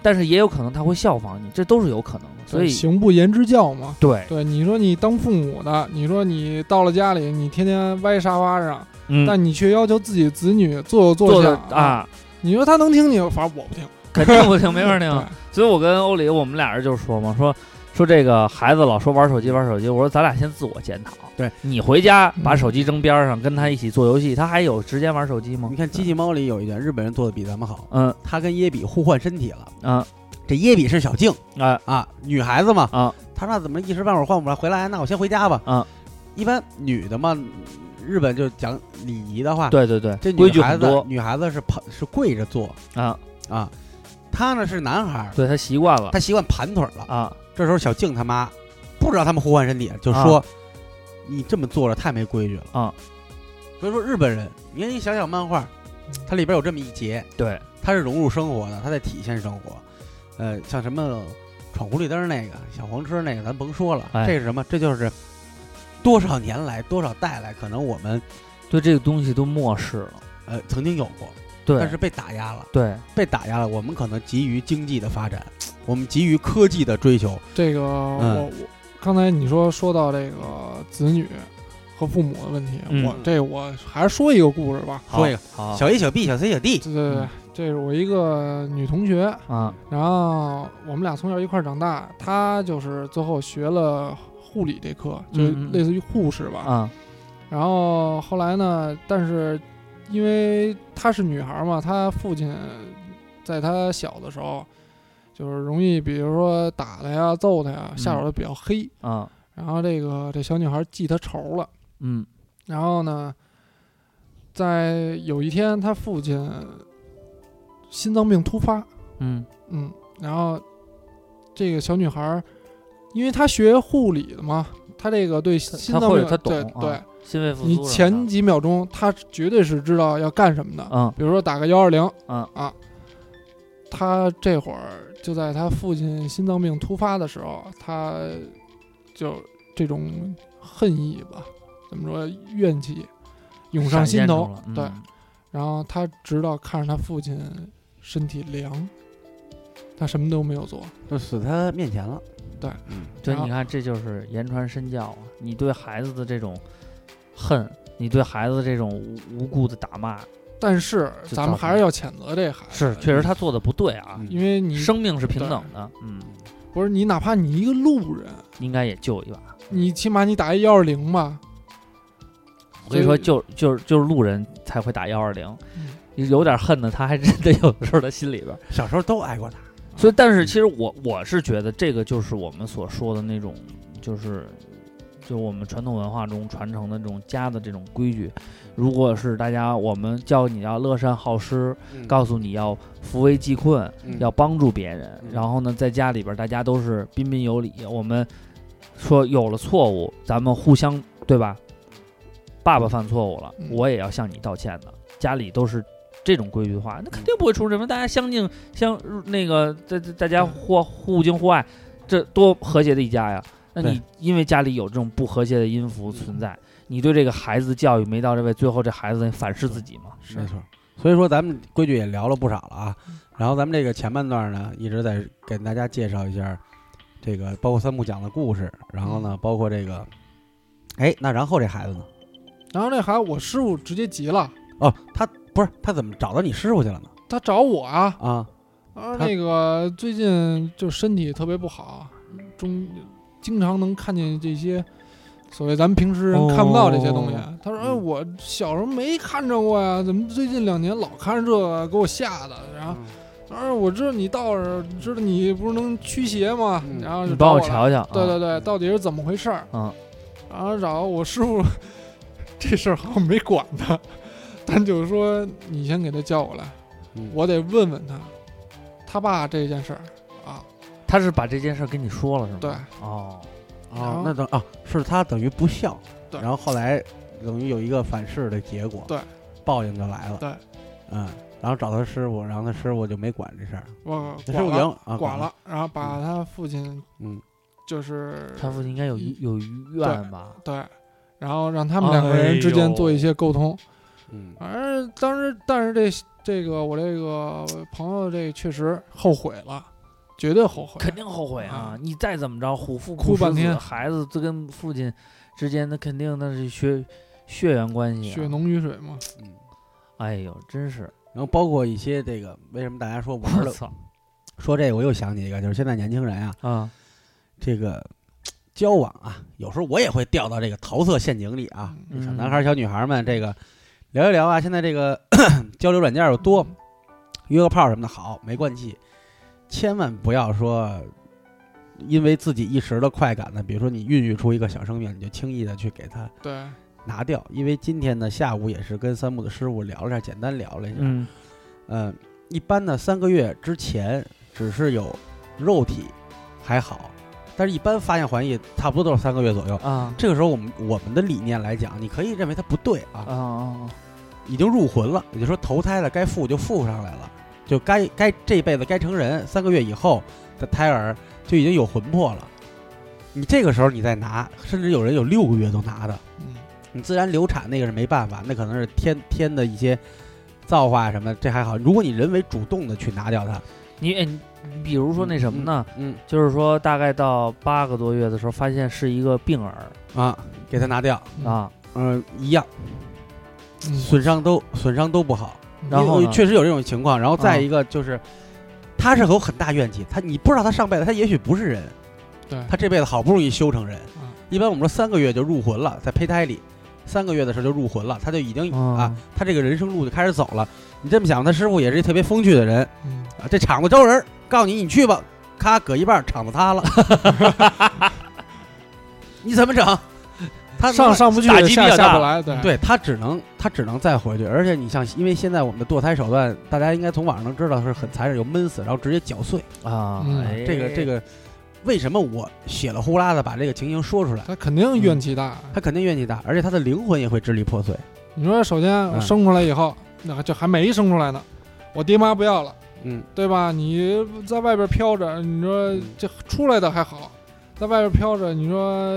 C: 但是也有可能他会效仿你，这都是有可能的。所以，
B: 行不言之教嘛。
C: 对，
B: 对，你说你当父母的，你说你到了家里，你天天歪沙发上，
C: 嗯，
B: 但你却要求自己子女坐有
C: 做
B: 坐相
C: 的，啊，
B: 你说他能听你，反正我不听。
C: 肯定不听，没法听
B: 对。
C: 所以我跟欧里，我们俩人就说嘛，说说这个孩子老说玩手机玩手机，我说咱俩先自我检讨。
A: 对
C: 你回家
B: 嗯
C: 把手机扔边上，跟他一起做游戏，他还有时间玩手机吗
A: 你？看《机器猫》里有一点，日本人做的比咱们好，
C: 嗯
A: 他跟耶比互换身体了。
C: 啊
A: 这耶比是小静
C: 啊
A: 啊，女孩子嘛，
C: 啊，
A: 她那怎么一时半会儿换不来回来？那我先回家吧。
C: 嗯，
A: 一般女的嘛，日本就讲礼仪的话，，
C: 对对对
A: 这，
C: 规
A: 女
C: 矩
A: 孩
C: 很
A: 子
C: 多
A: 女孩子是盘是跪着坐
C: 啊，
A: 啊，他呢是男孩儿，
C: 对他习惯了
A: 他习惯盘腿儿了。
C: 啊，
A: 这时候小静他妈不知道他们互换身体，就说、你这么坐着太没规矩了
C: 啊。
A: 所以说日本人，你看一想想漫画，它里边有这么一节，
C: 对，
A: 它是融入生活的，它在体现生活。呃，像什么闯红绿灯那个、小黄车那个，咱甭说了，
C: 哎
A: 这是什么？这就是多少年来、多少代来，可能我们
C: 对这个东西都漠视了。
A: 呃曾经有过，
C: 对，
A: 但是被打压了，
C: 对
A: 被打压了。我们可能急于经济的发展，我们急于科技的追求，
B: 这个
A: 嗯
B: 我我刚才你说说到这个子女和父母的问题，
C: 嗯
B: 我这我还是说一个故事吧。
A: 说一个
C: 好
A: 小 A、小 B、小 C、小 D，
B: 这这
C: 嗯
B: 这是我一个女同学，
C: 啊，
B: 然后我们俩从小一块儿长大，她就是最后学了护理这科，就
C: 嗯嗯嗯
B: 类似于护士吧。
C: 啊
B: 然后后来呢，但是因为她是女孩儿嘛，她父亲在她小的时候就是容易，比如说打她呀、揍她呀，下手
C: 嗯
B: 的比较黑。
C: 啊
B: 然后这个这小女孩记她仇了，
C: 嗯
B: 然后呢，在有一天她父亲心脏病突发，
C: 嗯
B: 嗯，然后这个小女孩儿，因为她学护理的嘛，她这个对心
C: 他
B: 脏
C: 会
B: 病，
C: 他懂
B: 对
C: 啊
B: 对，
C: 心肺复苏
B: 你
C: 什么
B: 前
C: 的
B: 几秒钟她绝对是知道要干什么的，
C: 嗯
B: 比如说打个幺二零，
C: 嗯
B: 啊，她这会儿就在她父亲心脏病突发的时候，她就这种恨意吧，怎么说怨气涌上
C: 闪
B: 心
C: 现
B: 头
C: 出了，
B: 对，
C: 嗯
B: 然后她直到看着她父亲身体凉，她什么都没有做，
A: 就死他面前了。
B: 对，
A: 嗯，
C: 对，
B: 然后
C: 你看，这就是言传身教啊！你对孩子的这种恨，你对孩子的这种无无故的打骂，
B: 但是
C: 就
B: 咱们
C: 造成
B: 还是要谴责这孩子，
C: 是确实他做的不对啊。
A: 嗯
B: 因为你
C: 生命是平等的，嗯，
B: 不是你，哪怕你一个路人，
C: 应该也救一把。
B: 你起码你打一幺二零吧，
C: 我跟你说，
B: 这
C: 就就是就是路人才会打幺二零
B: 嗯，
C: 有点恨的，他还真的有的时候他心里边儿。
A: 小时候都挨过打。
C: 所以，但是其实我我是觉得这个就是我们所说的那种，就是就我们传统文化中传承的这种家的这种规矩。如果是大家我们教你要乐善好施，告诉你要扶危济困，
A: 嗯
C: 要帮助别人。
A: 嗯
C: 然后呢，在家里边儿大家都是彬彬有礼。我们说有了错误，咱们互相对吧？爸爸犯错误了，
B: 嗯
C: 我也要向你道歉的。家里都是这种规矩的话，那肯定不会出什么。大家相敬相那个，大大大家
B: 对
C: 互互敬互爱，这多和谐的一家呀！那你
A: 对
C: 因为家里有这种不和谐的音符存在，你对这个孩子的教育没到这位，最后这孩子反思自己嘛？
B: 是
A: 没错。所以说咱们规矩也聊了不少了啊，然后咱们这个前半段呢，一直在给大家介绍一下这个包括三木讲的故事，然后呢，包括这个，哎，那然后这孩子呢？
B: 然后那孩子，我师傅直接急了，
A: 哦，他不是他怎么找到你师傅去了呢？
B: 他找我啊，
A: 啊，
B: 他说
A: 他
B: 那个最近就身体特别不好，中经常能看见这些所谓咱们平时人看不到这些东西。
A: 哦
B: 他说：“哎，
A: 嗯
B: 我小时候没看着过呀，怎么最近两年老看着这个，给我吓的。”然
A: 啊
B: 后他说：“哎我知道你道士，知道你不是能驱邪吗？”
A: 嗯
B: 然后
C: 你
B: 就
C: 帮
B: 找
C: 我
B: 我来。
C: 瞧瞧。啊
B: 对对对，到底是怎么回事儿？
C: 嗯，
B: 然后找我师傅， 这事儿好像没管他，但就是说你先给他叫过来，
A: 嗯
B: 我得问问他，他爸这件事儿啊，
C: 他是把这件事儿跟你说了是吗？
B: 对。
C: 哦，
A: 哦，那等啊，是他等于不孝，
B: 对
A: 然后后来等于有一个反噬的结果，
B: 对，
A: 报应就来了，
B: 对，
A: 嗯，然后找他师傅，然后他师傅就没管这事儿，
B: 我
A: 他师
B: 管
A: 傅
B: 了，
A: 原啊
B: 管，了，然后把他父亲
A: 嗯，
B: 就是
C: 他父亲应该有
B: 一
C: 有怨吧？
B: 对，然后让他们两个人之
C: 哎
B: 间
C: 呦
B: 做一些沟
A: 嗯
B: 通。
C: 哎
B: 而当时，但是这这个我这个朋友这确实后悔了，绝对后悔，
C: 肯定后悔啊
B: 啊！
C: 你再怎么着，虎父
B: 哭半
C: 食子
B: 天
C: 孩子这跟父亲之间，那肯定那是血血缘关系啊。
B: 血浓于水嘛。
A: 嗯，
C: 哎呦，真是
A: 然后包括一些这个，为什么大家说玩
C: 我
A: 了
C: 操
A: 说这个，我又想起一个，就是现在年轻人啊，
C: 啊！
A: 这个交往啊，有时候我也会掉到这个桃色陷阱里啊，
B: 嗯
A: 小
C: 嗯
A: 男孩儿、小女孩儿们，这个聊一聊啊。现在这个 交流软件儿有多，约个炮什么的好，没惯气，千万不要说因为自己一时的快感呢，比如说你孕育出一个小生命，你就轻易的去给它
B: 对，
A: 拿掉。因为今天呢，下午也是跟三木的师傅聊了一下，简单聊了一下，
C: 嗯
A: 嗯，一般呢，三个月之前只是有肉体还好，但是一般发现怀孕差不多都是三个月左右。
C: 啊
A: 这个时候，我们我们的理念来讲，你可以认为它不对
C: 啊
A: 啊，
C: 啊！
A: 已经入魂了，也就是说投胎了，该附就附上来了，就该该这辈子该成人，三个月以后的胎儿就已经有魂魄了。你这个时候你再拿，甚至有人有六个月都拿的，
B: 嗯，
A: 你自然流产那个是没办法，那可能是天天的一些造化什么，这还好。如果你人为主动的去拿掉它，
C: 你哎，你比如说那什么呢？
A: 嗯？
C: 就是说大概到八个多月的时候，发现是一个病儿
A: 嗯啊，给它拿掉，
B: 嗯
C: 啊，
A: 嗯、一样，损伤都损伤都不好。
B: 嗯
C: 然后呢
A: 因为确实有这种情况。然后再
C: 嗯
A: 一个就是，他是有很大怨气，他你不知道他上辈子他也许不是人，
B: 对
A: 他这辈子好不容易修成人
B: 嗯。
A: 一般我们说三个月就入魂了，在胚胎里，三个月的时候就入魂了，他就已经
B: 嗯
A: 啊，
C: 啊
A: 他这个人生路就开始走了。你这么想，他师傅也是一特别风趣的人，
B: 嗯，
A: 啊，这厂子招人，告诉你你去吧，咔搁一半，厂子塌了， 你怎么整？他
B: 上上不去
C: 打击，比
B: 下
C: 较
B: 下
C: 大
B: 不来，对，
A: 对他只能他只能再回去，而且你像因为现在我们的堕胎手段，大家应该从网上能知道是很残忍，有闷死，然后直接绞碎。
C: 啊！
B: 嗯
C: 哎
A: 这个这个，为什么我血了呼啦的把这个情形说出来？
B: 他肯定怨气大。
A: 他肯定怨气大，而且他的灵魂也会支离破碎。
B: 你说，首先我生出来以后，那就还没生出来呢，我爹妈不要了。
A: 嗯，
B: 对吧？你在外边飘着，你说
A: 嗯
B: 这出来的还好，在外边飘着，你说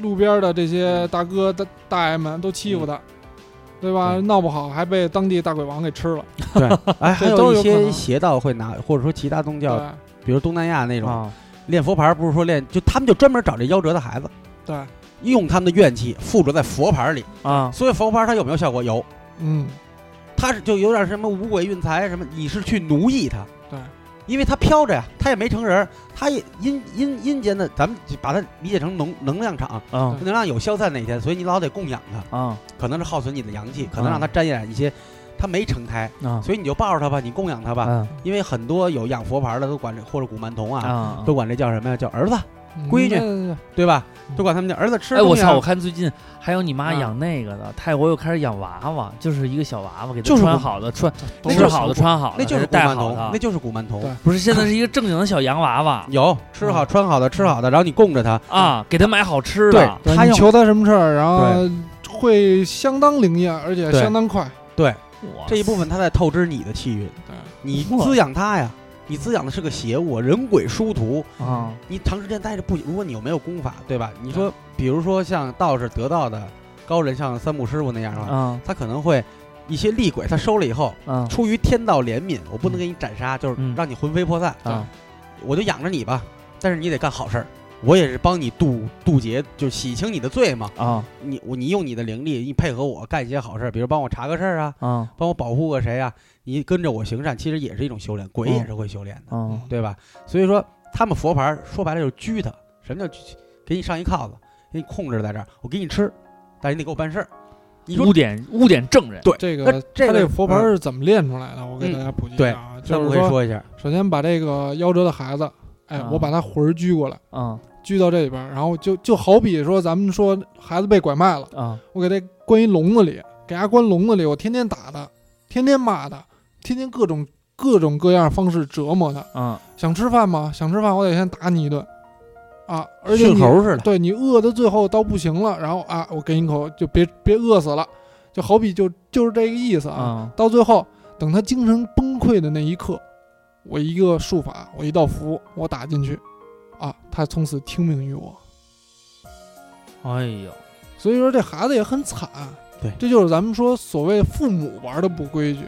B: 路边的这些大哥大大爷们都欺负他，对吧？
A: 对
B: 闹不好还被当地大鬼王给吃了。
A: 对，哎，还
B: 这都
A: 有一
B: 有可
A: 些
B: 能
A: 邪道会拿，或者说其他宗
B: 对啊
A: 教，比如东南亚那种
C: 啊，
A: 练佛牌，不是说练，就他们就专门找这夭折的孩子。
B: 对，
A: 用他们的怨气附着在佛牌里，
C: 啊，
A: 所以佛牌它有没有效果？有，
B: 嗯，
A: 它是就有点什么五鬼运财什么，你是去奴役它，
B: 对，
A: 因为它飘着呀，它也没成人，它也阴阴阴间的，咱们就把它理解成能能量场，
C: 啊
A: 能量有消散那一天，所以你老得供养它，
C: 啊
A: 可能是耗损你的阳气，可能
B: 啊
A: 让它沾染一些，它没成胎，
C: 啊，
A: 所以你就抱着它吧，你供养它吧，
C: 啊
A: 因为很多有养佛牌的都管这或者古曼童啊，
C: 啊
A: 都管这叫什么呀？叫儿子，
B: 嗯
A: 闺女
B: 那
A: 对吧？
B: 嗯
A: 都管他们叫儿子吃
C: 哎，我
A: 东西啊。
C: 操！我看最近还有你妈
A: 啊
C: 养那个的，泰国又开始养娃娃，就是一个小娃娃，给
A: 就
C: 他
A: 是
C: 穿
A: 古
C: 好的，穿
A: 那
B: 都
C: 吃
A: 就是
C: 好的，穿好的，
A: 那就是
C: 给
A: 古
C: 带
A: 曼
C: 好
A: 童，那
C: 的。
A: 就是古曼童
B: 对。
C: 不是，现在是一个正经的小洋 娃娃
A: 有吃好、穿好的、吃好的，然后你供着它，
C: 啊，给他买好吃
A: 对
C: 的，
B: 对
A: 他
B: 你
A: 要
B: 求他什么事儿，然后会相当灵验，而且
A: 对
B: 相当快。
C: 哇
A: 这一部分他在透支你的气运，
B: 对，
A: 你
C: 哇
A: 滋养它呀，你滋养的是个邪物，人鬼殊途。
C: 啊，
A: 你长时间待着不，如果你又没有功法，对吧？你说，比如说像道士得道的高人，像三木师傅那样的话，
C: 啊
A: 他可能会一些厉鬼，他收了以后，
C: 啊
A: 出于天道怜悯，我不能给你斩杀，就是
C: 嗯
A: 让你魂飞魄散，
C: 啊
A: 我就养着你吧。但是你得干好事儿，我也是帮你渡渡劫，就洗清你的罪嘛。
C: 啊
A: 你我你用你的灵力，你配合我干一些好事儿，比如帮我查个事儿啊，
C: 啊
A: 帮我保护个谁啊，你跟着我行善，其实也是一种修炼，鬼也是会修
B: 嗯
A: 炼的，
C: 啊！
A: 对吧？所以说他们佛牌儿说白了就是拘他，什么叫拘？给你上一铐子，给你控制在这儿，我给你吃，但是你得给我办事儿。你说
C: 污点污点证人，
B: 这
A: 那
B: 个
A: 这
B: 他
A: 个
B: 这佛牌
A: 嗯
B: 是怎么练出来的？我给大家普及一下啊，
A: 三
B: 就
A: 木可
B: 是
A: 以
B: 说，
A: 说一下，
B: 首先把这个夭折的孩子，哎，
C: 啊
B: 我把他魂儿拘过来，
C: 嗯
B: 拘到这里边儿，然后就就好比说咱们说孩子被拐卖了，
C: 嗯
B: 我给他关一笼子里，给他关笼子里，我天天打他，天天骂他，天天各种各种各样方式折磨他。
C: 嗯，
B: 想吃饭吗？想吃饭，我得先打你一顿啊！而且
A: 训
B: 你
A: 猴似的，
B: 对你饿的最后到不行了，然后啊，我给你口就别别饿死了，就好比就就是这个意思啊。
C: 嗯
B: 到最后，等他精神崩溃的那一刻，我一个术法，我一道符，我打进去，啊，他从此听命于我。
C: 哎呦，
B: 所以说这孩子也很惨。
A: 对
B: 这就是咱们说所谓父母玩的不规矩。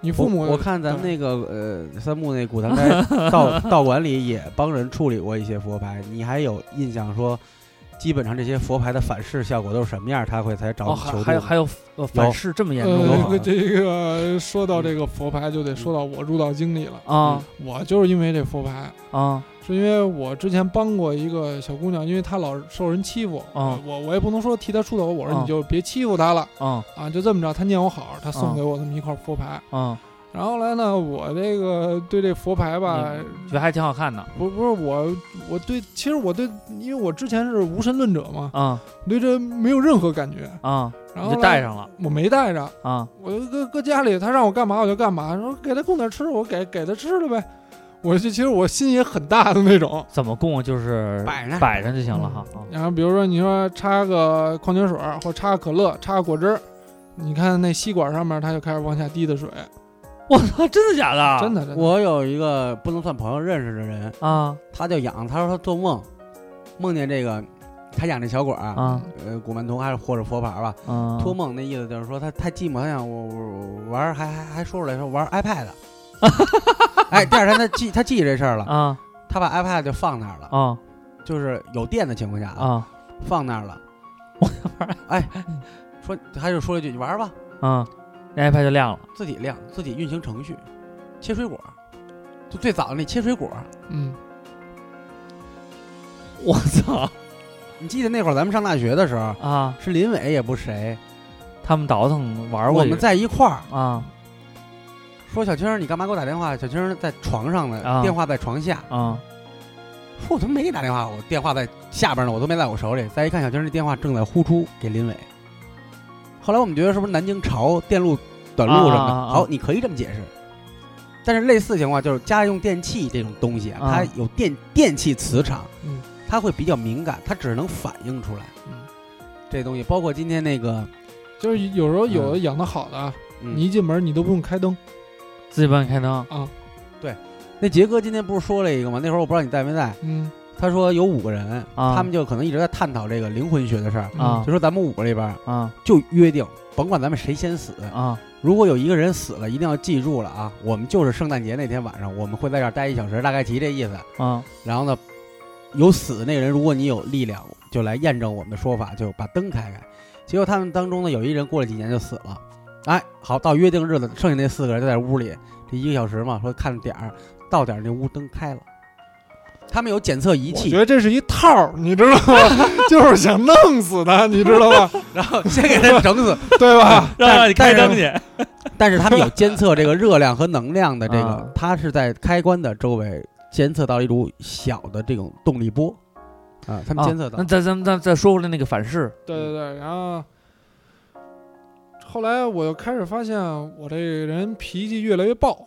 B: 你父母
A: 我我看咱们那
B: 对
A: 个呃三木那古堂斋 道道馆里也帮人处理过一些佛牌，你还有印象说，基本上这些佛牌的反噬效果都是什么样，他会才找
C: 哦，
A: 你求
C: 还
A: 助？
C: 还有还有呃反噬这么严重
A: 有
B: 呃，
C: 吗
A: 可
B: 这个说到这个佛牌，就得说到我入道经历了。
C: 啊
A: 嗯
B: 我就是因为这佛牌，
C: 啊
B: 是因为我之前帮过一个小姑娘，因为她老受人欺负，
C: 啊
B: 我我也不能说替她出头，我说
C: 啊
B: 你就别欺负她了
C: 啊
B: 啊，就这么着，她念我好，她
C: 啊
B: 送给我这么一块佛牌。
C: 啊！
B: 然后后来呢，我这个对这佛牌吧，
C: 你觉得还挺好看的
B: 不不是我，我对其实我对，因为我之前是无神论者嘛，
C: 啊
B: 对这没有任何感觉。
C: 啊，
B: 然
C: 你
B: 后
C: 就
B: 呢
C: 带，上了
B: 我没带上，
C: 啊
B: 我就搁搁家里，他让我干嘛我就干嘛，说给他供点吃，我给给他吃了呗。我就其实我心也很大的那种。
C: 怎么供啊就是
A: 摆上
C: 摆上就行了哈啊
B: 然后比如说你说插个矿泉水儿或插个可乐，插个果汁儿，你看那吸管上面它就开始往下滴的水，
C: 我操，真的假的？
B: 真的真的。
A: 啊我有一个不能算朋友认识的人，
C: 啊
A: 他叫养，他说他做梦，梦见这个他养这小鬼儿，
C: 啊
A: 呃，古曼童还是或者佛牌吧，
C: 啊！
A: 托梦那意思就是说他太寂寞，他想我我玩儿还还还说出来说玩儿 iPad，哎，第二天他记他记这事儿了，
C: 啊
A: 他把 iPad 就放那儿了，
C: 啊
A: 就是有电的情况下啊，
C: 啊
A: 放那儿了， 哎，说他就说了一句你玩儿吧，
C: 啊！那 iPad 就亮了
A: 自己亮，自己运行程序，切水果，就最早的那切水果，
B: 嗯，
C: 我操
A: 你记得那会儿咱们上大学的时候，
C: 啊！
A: 是林伟也不是谁，
C: 他们倒腾玩过
A: 我
C: 一
A: 们在一块儿
C: 啊
A: 说小青儿，你干嘛给我打电话？小青儿在床上呢，
C: 啊
A: 电话在床下。
C: 啊
A: 说我他妈没给你打电话，我电话在下边呢，我都没在我手里。再一看，小青儿那电话正在呼出给林伟。后来我们觉得是不是南京潮电路短路什么的？
C: 啊啊啊
A: 好，你可以这么解释。但是类似情况就是家用电器这种东西，
C: 啊
A: 它有电电器磁场，
B: 嗯
A: 它会比较敏感，它只能反映出来。
B: 嗯
A: 这东西包括今天那个，
B: 就是有时候有的养的好的，啊，
A: 嗯、
B: 你一进门你都不用开灯
C: 自己帮你开灯
B: 啊，
A: 那杰哥今天不是说了一个吗？那会儿我不知道你在没在，
B: 嗯
A: 他说有五个人，
C: 啊
A: 他们就可能一直在探讨这个灵魂学的事儿，
C: 啊
A: 嗯就说咱们五个里边儿
C: 啊
A: 就约定，甭管咱们谁先死，
C: 啊
A: 如果有一个人死了，一定要记住了啊，我们就是圣诞节那天晚上，我们会在这儿待一小时，大概齐这意思。
C: 啊！
A: 然后呢，有死的那个人，如果你有力量，就来验证我们的说法，就把灯开开。结果他们当中呢，有一人过了几年就死了。哎，好，到约定日子，剩下那四个人就在屋里，这一个小时嘛，说看点儿，到点儿那屋灯开了。他们有检测仪
B: 我
A: 器
B: 觉，得这是一套儿，你知 道吗？ 就是想弄死他，你知道吧？
A: 然后先给他 整死，
B: 对吧？
A: 让让你开灯
C: 去
A: 但是他们有监测这个热量和能量的这 个
C: 啊，
A: 它是在开关的周围监测到一种小的这种动力波，啊，他们监测到
C: 那，再咱们再再说回来那个反噬
B: 对对对，然后后来我又开始发现我这个人脾气越来越暴，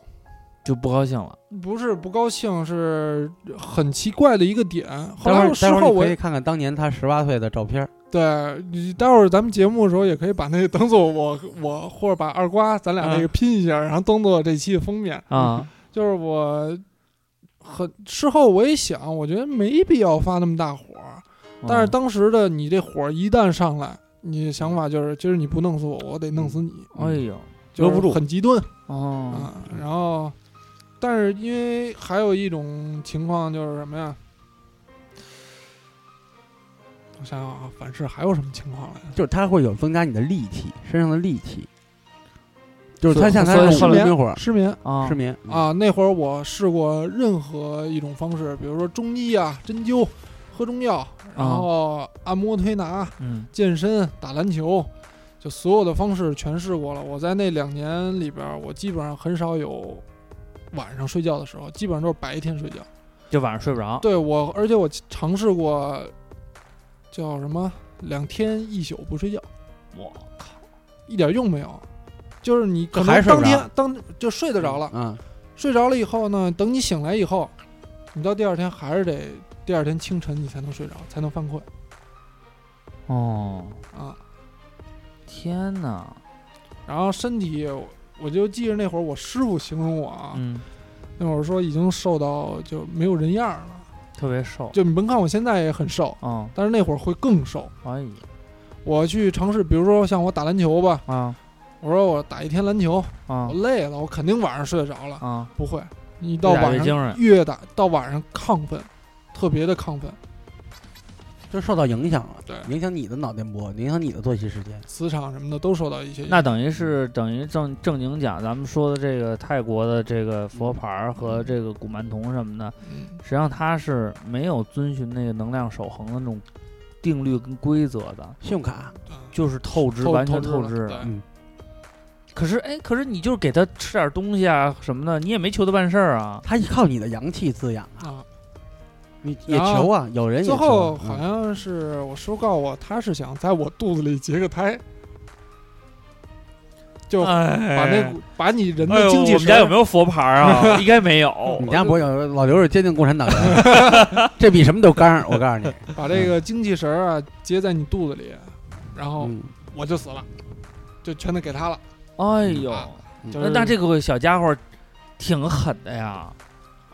C: 就不高兴了
B: 不是不高兴，是很奇怪的一个点。后
A: 待
B: 来
A: 会
B: 我
A: 儿
B: 事
A: 待会
B: 后
A: 儿你
B: 我
A: 可以看看当年他十八岁的照片儿，
B: 对你待会儿咱们节目的时候也可以把那个当做我 我或者把二瓜咱俩那个拼一下，然后当做这期的封面。
A: 嗯
C: 啊
B: 就是我很事后我也想，我觉得没必要发那么大火。但
C: 嗯
B: 是当时的你这火一旦上来，你的想法就是今儿你不弄死我，我得弄死你，
C: 哎呦
B: 就
A: 嗯留
B: 是
A: 不住
B: 很极端
C: 哦
A: 嗯
B: 啊。然后，但是因为还有一种情况就是什么呀？我想想啊，反噬还有什么情况来着？
A: 就是它会有增加你的力气，身上的力气，就是它像它
C: 所以
A: 是
C: 后
A: 无
C: 来
A: 名火
B: 失眠
C: 啊
A: 失眠，
B: 啊，那会儿我试过任何一种方式，比如说中医啊、针灸，喝中药，然
A: 哦
B: 后按摩推拿，
C: 嗯
B: 健身、打篮球，就所有的方式全试过了。我在那两年里边儿，我基本上很少有晚上睡觉的时候，基本上都是白天睡觉。
C: 就晚上睡不着。
B: 对我，而且我尝试过叫什么两天一宿不睡觉，
C: 我靠，
B: 一点用没有。就是你可
A: 还
B: 能
A: 睡不
B: 当
A: 着
B: 天当就睡得着了，
A: 嗯，
B: 睡着了以后呢，等你醒来以后，你到第二天还是得第二天清晨你才能睡着，才能犯困
C: 哦，
B: 啊。
C: 天哪，
B: 然后身体，我就记着那会儿我师傅形容我啊，
C: 嗯，
B: 那会儿说已经瘦到就没有人样儿了。
C: 特别瘦。
B: 就你甭看我现在也很瘦，
C: 嗯，
B: 但是那会儿会更瘦。
C: 哎呀
B: 我去尝试，比如说像我打篮球吧，
C: 啊
B: 我说我打一天篮球，
C: 啊
B: 我累了，我肯定晚上睡得着了。
C: 啊！
B: 不会，你到
C: 越打越
B: 晚
C: 精
B: 上
C: 神
B: 越打到晚上亢奋，特别的亢奋，
A: 就受到影响了，
B: 对
A: 影响你的脑电波，影响你的作息时间。
B: 磁场什么的都受到一些。
C: 那等于是等于正正经讲，咱们说的这个泰国的这个佛牌儿和这个古曼童什么的，
B: 嗯，
C: 实际上它是没有遵循那个能量守恒的那种定律跟规则的，
A: 信用卡，
B: 啊
C: 就是透支，
B: 透
C: 完全
B: 透
C: 透支
B: 了。对
A: 嗯，
C: 可是哎，可是你就是给他吃点东西啊什么的，你也没求他办事儿啊。
A: 它依靠你的阳气滋养啊，
B: 啊，
A: 你也求啊，有人也
B: 最
A: 求
B: 后
A: 啊。
B: 好
A: 嗯
B: 像是我师傅告诉我，他是想在我肚子里结个胎，就把
C: 哎
B: 那股把你人
C: 哎
B: 的
C: 呦
B: 精气神。
C: 我们家有没有佛牌 啊？应该没有
A: 你。家不会有老刘是坚定共产党员，这比什么都刚。我告诉你，
B: 把这个精气神儿啊接在你肚子里，然后
A: 嗯，
B: 我就死了，就全都给他了。
C: 哎
B: 嗯
C: 呦，
B: 啊就
C: 那
B: 是
C: 那这个小家伙挺狠的呀，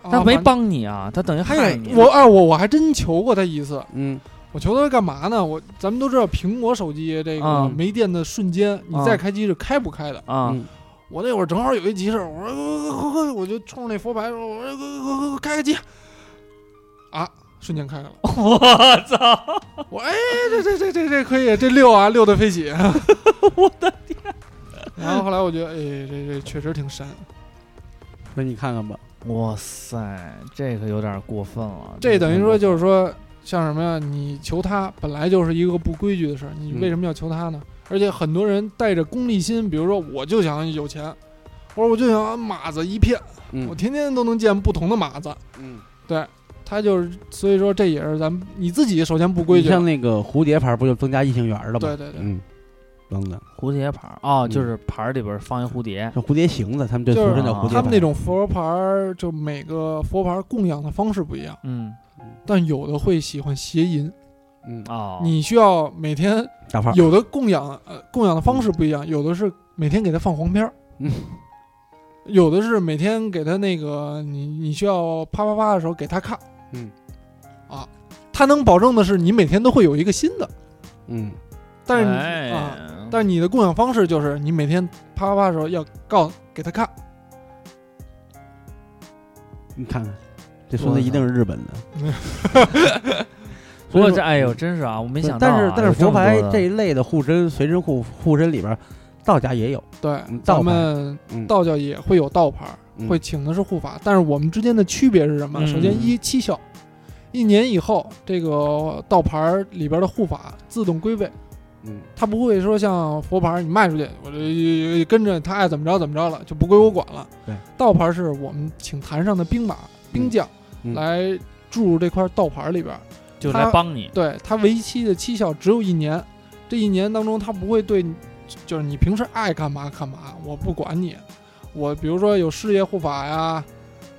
B: 啊
C: 他没
B: 反
C: 帮你啊，他等于害
A: 对
C: 你。
B: 我哎我我还真求过他一次，
A: 嗯，
B: 我求他干嘛呢？我咱们都知道苹果手机这个
C: 啊
B: 没电的瞬间，你
C: 啊
B: 再开机是开不开的。
C: 啊
A: 嗯
B: 我那会儿正好有一急事儿，我说呃快快快，我就冲着那佛牌说，我说快快快快开个机，啊，瞬间开开了。
C: 我操！
B: 我哎，这这这这这可以，这溜啊溜得飞起，我的天！ 然后后来我觉得，哎，这这确实挺神。
A: 说你看看吧，
C: 哇塞，这个有点过分了。
B: 这等于说就是说，像什么呀？你求他本来就是一个不规矩的事儿，你
A: 嗯
B: 为什么要求他呢？而且很多人带着功利心，比如说我就想有钱，或者我就想啊马子一片，
A: 嗯
B: 我天天都能见不同的马子。
A: 嗯，
B: 他就是，所以说这也是咱们你自己首先不规
A: 你
B: 矩。
A: 像那个蝴蝶牌不就增加异性缘了吗？
B: 对对对
A: 嗯，等等，
C: 蝴蝶牌儿哦，
A: 嗯
C: 就是牌儿里边儿放一蝴蝶。
A: 像蝴蝶形子，他们就
B: 就是
A: 俗称叫蝴蝶牌。
B: 啊他们那种佛牌儿，就每个佛牌儿供养的方式不一样，
C: 嗯
B: 但有的会喜欢邪淫，
A: 嗯
C: 哦，
B: 你需要每天
A: 打炮，
B: 有的供养呃供养的方式不一样，有的是每天给他放黄片儿，
A: 嗯
B: 有的是每天给他那个你你需要啪啪啪的时候给他看，
A: 嗯，
B: 啊，他能保证的是你每天都会有一个新的，
A: 嗯，
B: 但是你、
C: 哎
B: 啊，但是你的供养方式就是你每天啪啪啪的时候要告给他看，
A: 你看看，这孙子一定是日本的。
C: 不过
A: 所
C: 这
A: 以说
C: 哎呦，真是啊，我没想到啊。
A: 但是但是
C: 有这
A: 佛
C: 么
A: 牌
C: 多的
A: 这一类的护身、随身护护身里边儿，道家也有，
B: 对
A: 嗯，道
B: 咱
A: 牌
B: 们
A: 嗯
B: 道教也会有道牌儿，
A: 嗯
B: 会请的是护法，但是我们之间的区别是什么？
C: 嗯
B: 首先一期效，一年以后这个道牌儿里边的护法自动归位，
A: 嗯，
B: 他不会说像佛牌儿你卖出去，我这呃跟着他爱怎么着怎么着了，就不归我管了。
A: 对，
B: 道牌儿是我们请坛上的兵马兵将
A: 嗯
B: 来注入这块道牌儿里边儿，
C: 就来
B: 他啊
C: 帮你。
B: 对它为期的期效只有一年，这一年当中它不会对你，就是你平时爱干嘛干嘛，我不管你。我比如说有事业护法呀，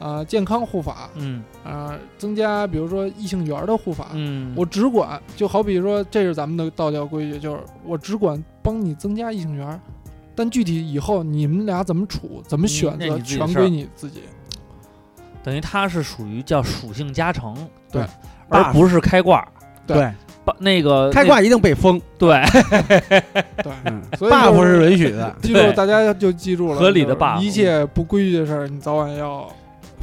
B: 啊、健康护法，
C: 嗯
B: 啊，增加比如说异性缘的护法，
C: 嗯，
B: 我只管。就好比说这是咱们的道教规矩，就是我只管帮你增加异性缘，但具体以后你们俩怎么处、怎么
C: 嗯
B: 选
C: 那
B: 择，
C: 你自己的
B: 全
C: 事儿
B: 归你自己。
C: 等于它是属于叫属性加成，
B: 对，
C: 而
A: buff
C: 不是开挂。
B: 对
A: 对，
C: 把那个
A: 开挂一定被封，
C: 那对，
B: 对，
A: 嗯
B: 所以就是
A: ，buff 是允许的。
B: 记住
C: 对
B: 大家就记住了，
C: 合理的
B: 就是
C: 霸
B: 一
C: 王
B: 切不规矩的事儿，你早晚要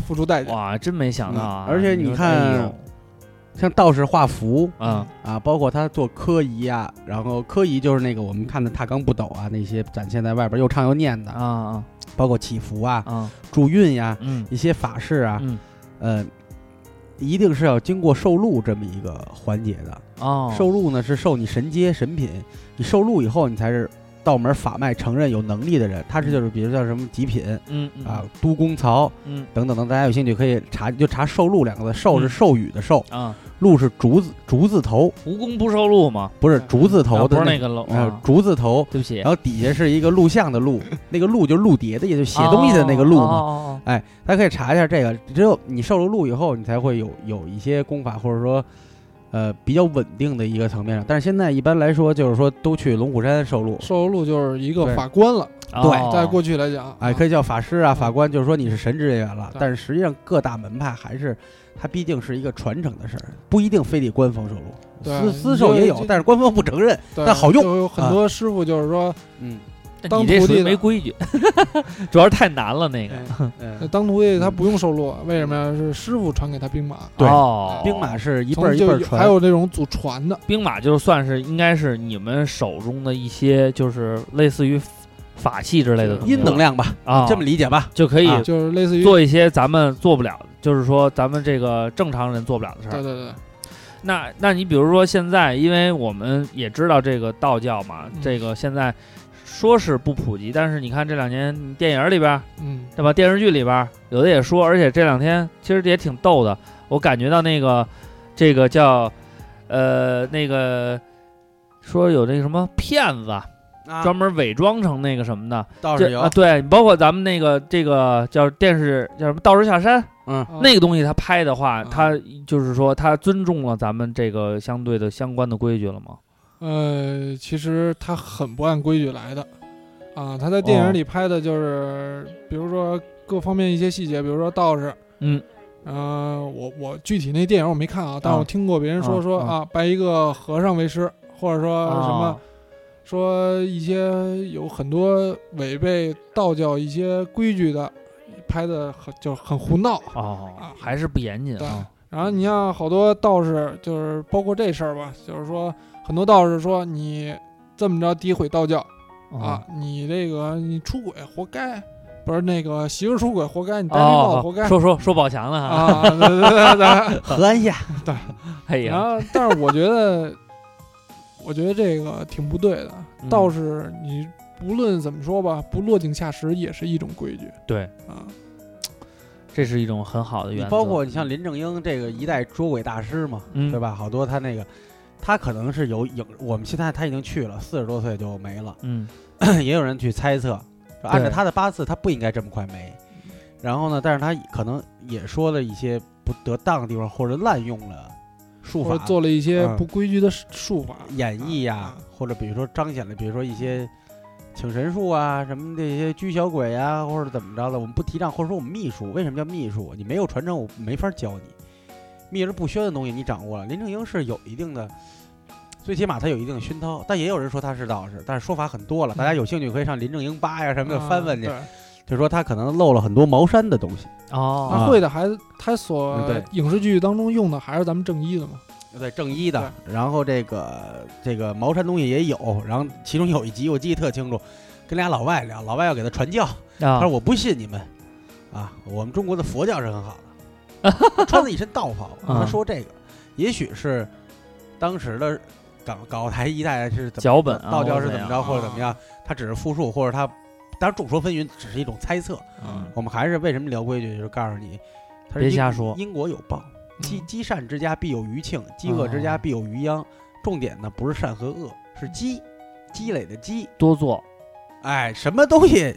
B: 付出代价。
C: 哇，真没想到啊！
A: 嗯而且你
C: 你说
A: 看
C: 哎呦
A: 像道士画符
C: 嗯
A: 啊，包括他做科仪啊，然后科仪就是那个我们看的踏罡不斗啊，那些展现在外边又唱又念的，
C: 啊
A: 包括祈福啊
C: 啊、啊
A: 助运呀、
C: 嗯
A: 一些法事啊，
C: 嗯
A: 呃，一定是要经过受禄这么一个环节的。
C: 哦，
A: 受禄呢是受你神阶神品，你受禄以后，你才是道门法脉承认有能力的人。他是就是比如叫什么极品
C: 嗯嗯
A: 啊、都公曹
C: 嗯
A: 等等等，大家有兴趣可以查，就查“受禄”两个字，“受”是
C: 嗯
A: 授予的“授
C: 啊，”，
A: 禄是竹字竹字头，
C: 无功不受禄嘛，
A: 不是
B: 嗯
A: 竹字头
C: 啊不
A: 的
C: 是那
A: 个，
C: 个
B: 哦
C: 楼
A: 呃
C: 啊，
A: 竹字头，
C: 对不起
A: 然，后底下是一个录像的录，那个录就是录碟的，也就是写东西的那个录
C: 禄
B: 哦
A: 嘛。
C: 嘛，
A: 哎，大家可以查一下这个，只有你受了禄以后，你才会有有一些功法，或者说，呃，比较稳定的一个层面上。但是现在一般来说，就是说都去龙虎山受禄，
B: 受禄就是一
A: 对
B: 个法官了，
C: 哦
A: 对
C: 哦
B: 在过去来讲，
A: 哎，可以叫法师啊、法官，就是说你是神职人员了。
B: 对
A: 但是实际上各大门派还是，它毕竟是一个传承的事儿，不一定非得官方受禄，
B: 对
A: 私
B: 你
A: 私
B: 就
A: 授也
B: 是
A: 有
B: 这，
A: 但是官方不承认。
B: 对
A: 但好用啊
B: 就有很多师傅就是说，
A: 嗯
C: 但
B: 当
C: 哦你这
B: 徒
C: 属于
B: 弟
C: 没
B: 的
C: 规矩， 主要是太难了那个。
B: 哎
A: 嗯，
B: 当徒弟他不用受禄，为什么呀？是师傅传给他兵马，
A: 对
C: 哦，
A: 兵马是一辈
B: 从
A: 儿一
B: 就
A: 辈儿
B: 有
A: 传，
B: 还有这种祖传的，
C: 兵马就算是应该是你们手中的一些，就是类似于法器之类的东西
A: 阴能量吧，
C: 啊，
A: 这么理解吧。
C: 就可以
A: 啊
B: 就是类似于
C: 做一些咱们做不了，就是说咱们这个正常人做不了的事
B: 对对
C: 儿。
B: 对，
C: 那那你比如说现在，因为我们也知道这个道教嘛，
B: 嗯
C: 这个现在说是不普及，但是你看这两年电影里边儿，
B: 嗯，
C: 对吧？电视剧里边儿有的也说，而且这两天其实也挺逗的，我感觉到那个这个叫呃那个说有这个什么骗子啊
A: 啊
C: 专门伪装成那个什么的，
A: 倒是
C: 这啊
A: 有，
C: 对，包括咱们那个这个叫电视叫什么《道士下山》
A: 嗯，
B: 啊
C: 那个东西，他拍的话，
B: 嗯
C: 他就是说他尊重了咱们这个相对的相关的规矩了吗？
B: 呃，其实他很不按规矩来的，啊，他在电
C: 哦
B: 影里拍的就是，比如说各方面一些细节，比如说道士，
C: 嗯，
B: 呃，我我具体那电影我没看啊，但
C: 啊
B: 我听过别人说、
C: 啊
B: 说
C: 啊
B: 啊，拜一个和尚为师，或者
A: 呃
B: 说什么、
C: 哦
B: 说一些有很多违背道教一些规矩的，拍的很就是很胡闹。
C: 哦
B: 啊，
C: 还是不严谨
B: 对
C: 啊？
B: 然后你像好多道士，就是包括这事儿吧，就是说很多道士说你这么着诋毁道教
A: 哦
B: 啊，你这个你出轨活该，不是那个媳妇儿出轨活该，你戴绿帽子活该
C: 哦，。说说说宝强了啊！
B: 啊，对对对 对，
A: 和安下，
C: 哎
B: 然
A: 啊
C: 呀，
B: 后，但是我觉得，我觉得这个挺不对的。
C: 嗯
B: 倒是你不论怎么说吧，不落井下石也是一种规矩
C: 对，
B: 啊。
C: 这是一种很好的
A: 你
C: 原则。
A: 包括你像林正英这个一代捉鬼大师嘛，
C: 嗯
A: 对吧？好多他那个，他可能是有影，我们现在他已经去了，四十多岁就没了。
C: 嗯
A: 也有人去猜测，说按照他的八字，他不应该这么快没。
C: 嗯
A: 然后呢，但是他可能也说了一些不得当的地方，或者滥用了术
B: 或
A: 法
B: 者做了一些
A: 嗯
B: 不规矩的术法，
A: 演绎呀、
B: 啊
A: 或者比如说彰显了，比如说一些请神术啊，什么这些拘小鬼啊，或者怎么着的，我们不提倡，或者说我们秘术，为什么叫秘术？你没有传承，我没法教你。秘而不宣的东西你掌握了，林正英是有一定的，最起码他有一定的熏陶，但也有人说他是道士，但是说法很多了，大家有兴趣可以上林正英吧呀什么的
B: 嗯啊
A: 翻翻去，
B: 对
A: 就说他可能漏了很多茅山的东西，
C: 哦
A: 啊
B: 他会的还他所
A: 嗯对
B: 影视剧当中用的还是咱们正一的嘛。
A: 对正一的，然后这个这个茅山东西也有，然后其中有一集我记得特清楚，跟俩老外聊，老外要给他传教，他
C: 啊
A: 说我不信你们，啊，我们中国的佛教是很好的， 他穿的一身道袍，
C: 啊
A: 他说这个，也许是当时的港港澳台一带是怎么
C: 脚本啊
A: 道教是
C: 或者
A: 怎么着或者怎么样，啊他只是复述或者他，当然众说纷纭，只是一种猜测。
C: 嗯
A: 我们还是为什么聊规矩，就是告诉你，他是
C: 别
A: 因
C: 瞎说
A: 因果有报，积
B: 嗯
A: 积善之家必有余庆，积恶之家必有余殃。重点呢不是善和恶，是
C: 嗯
A: 积，积累的积。
C: 多做，
A: 哎，什么东西，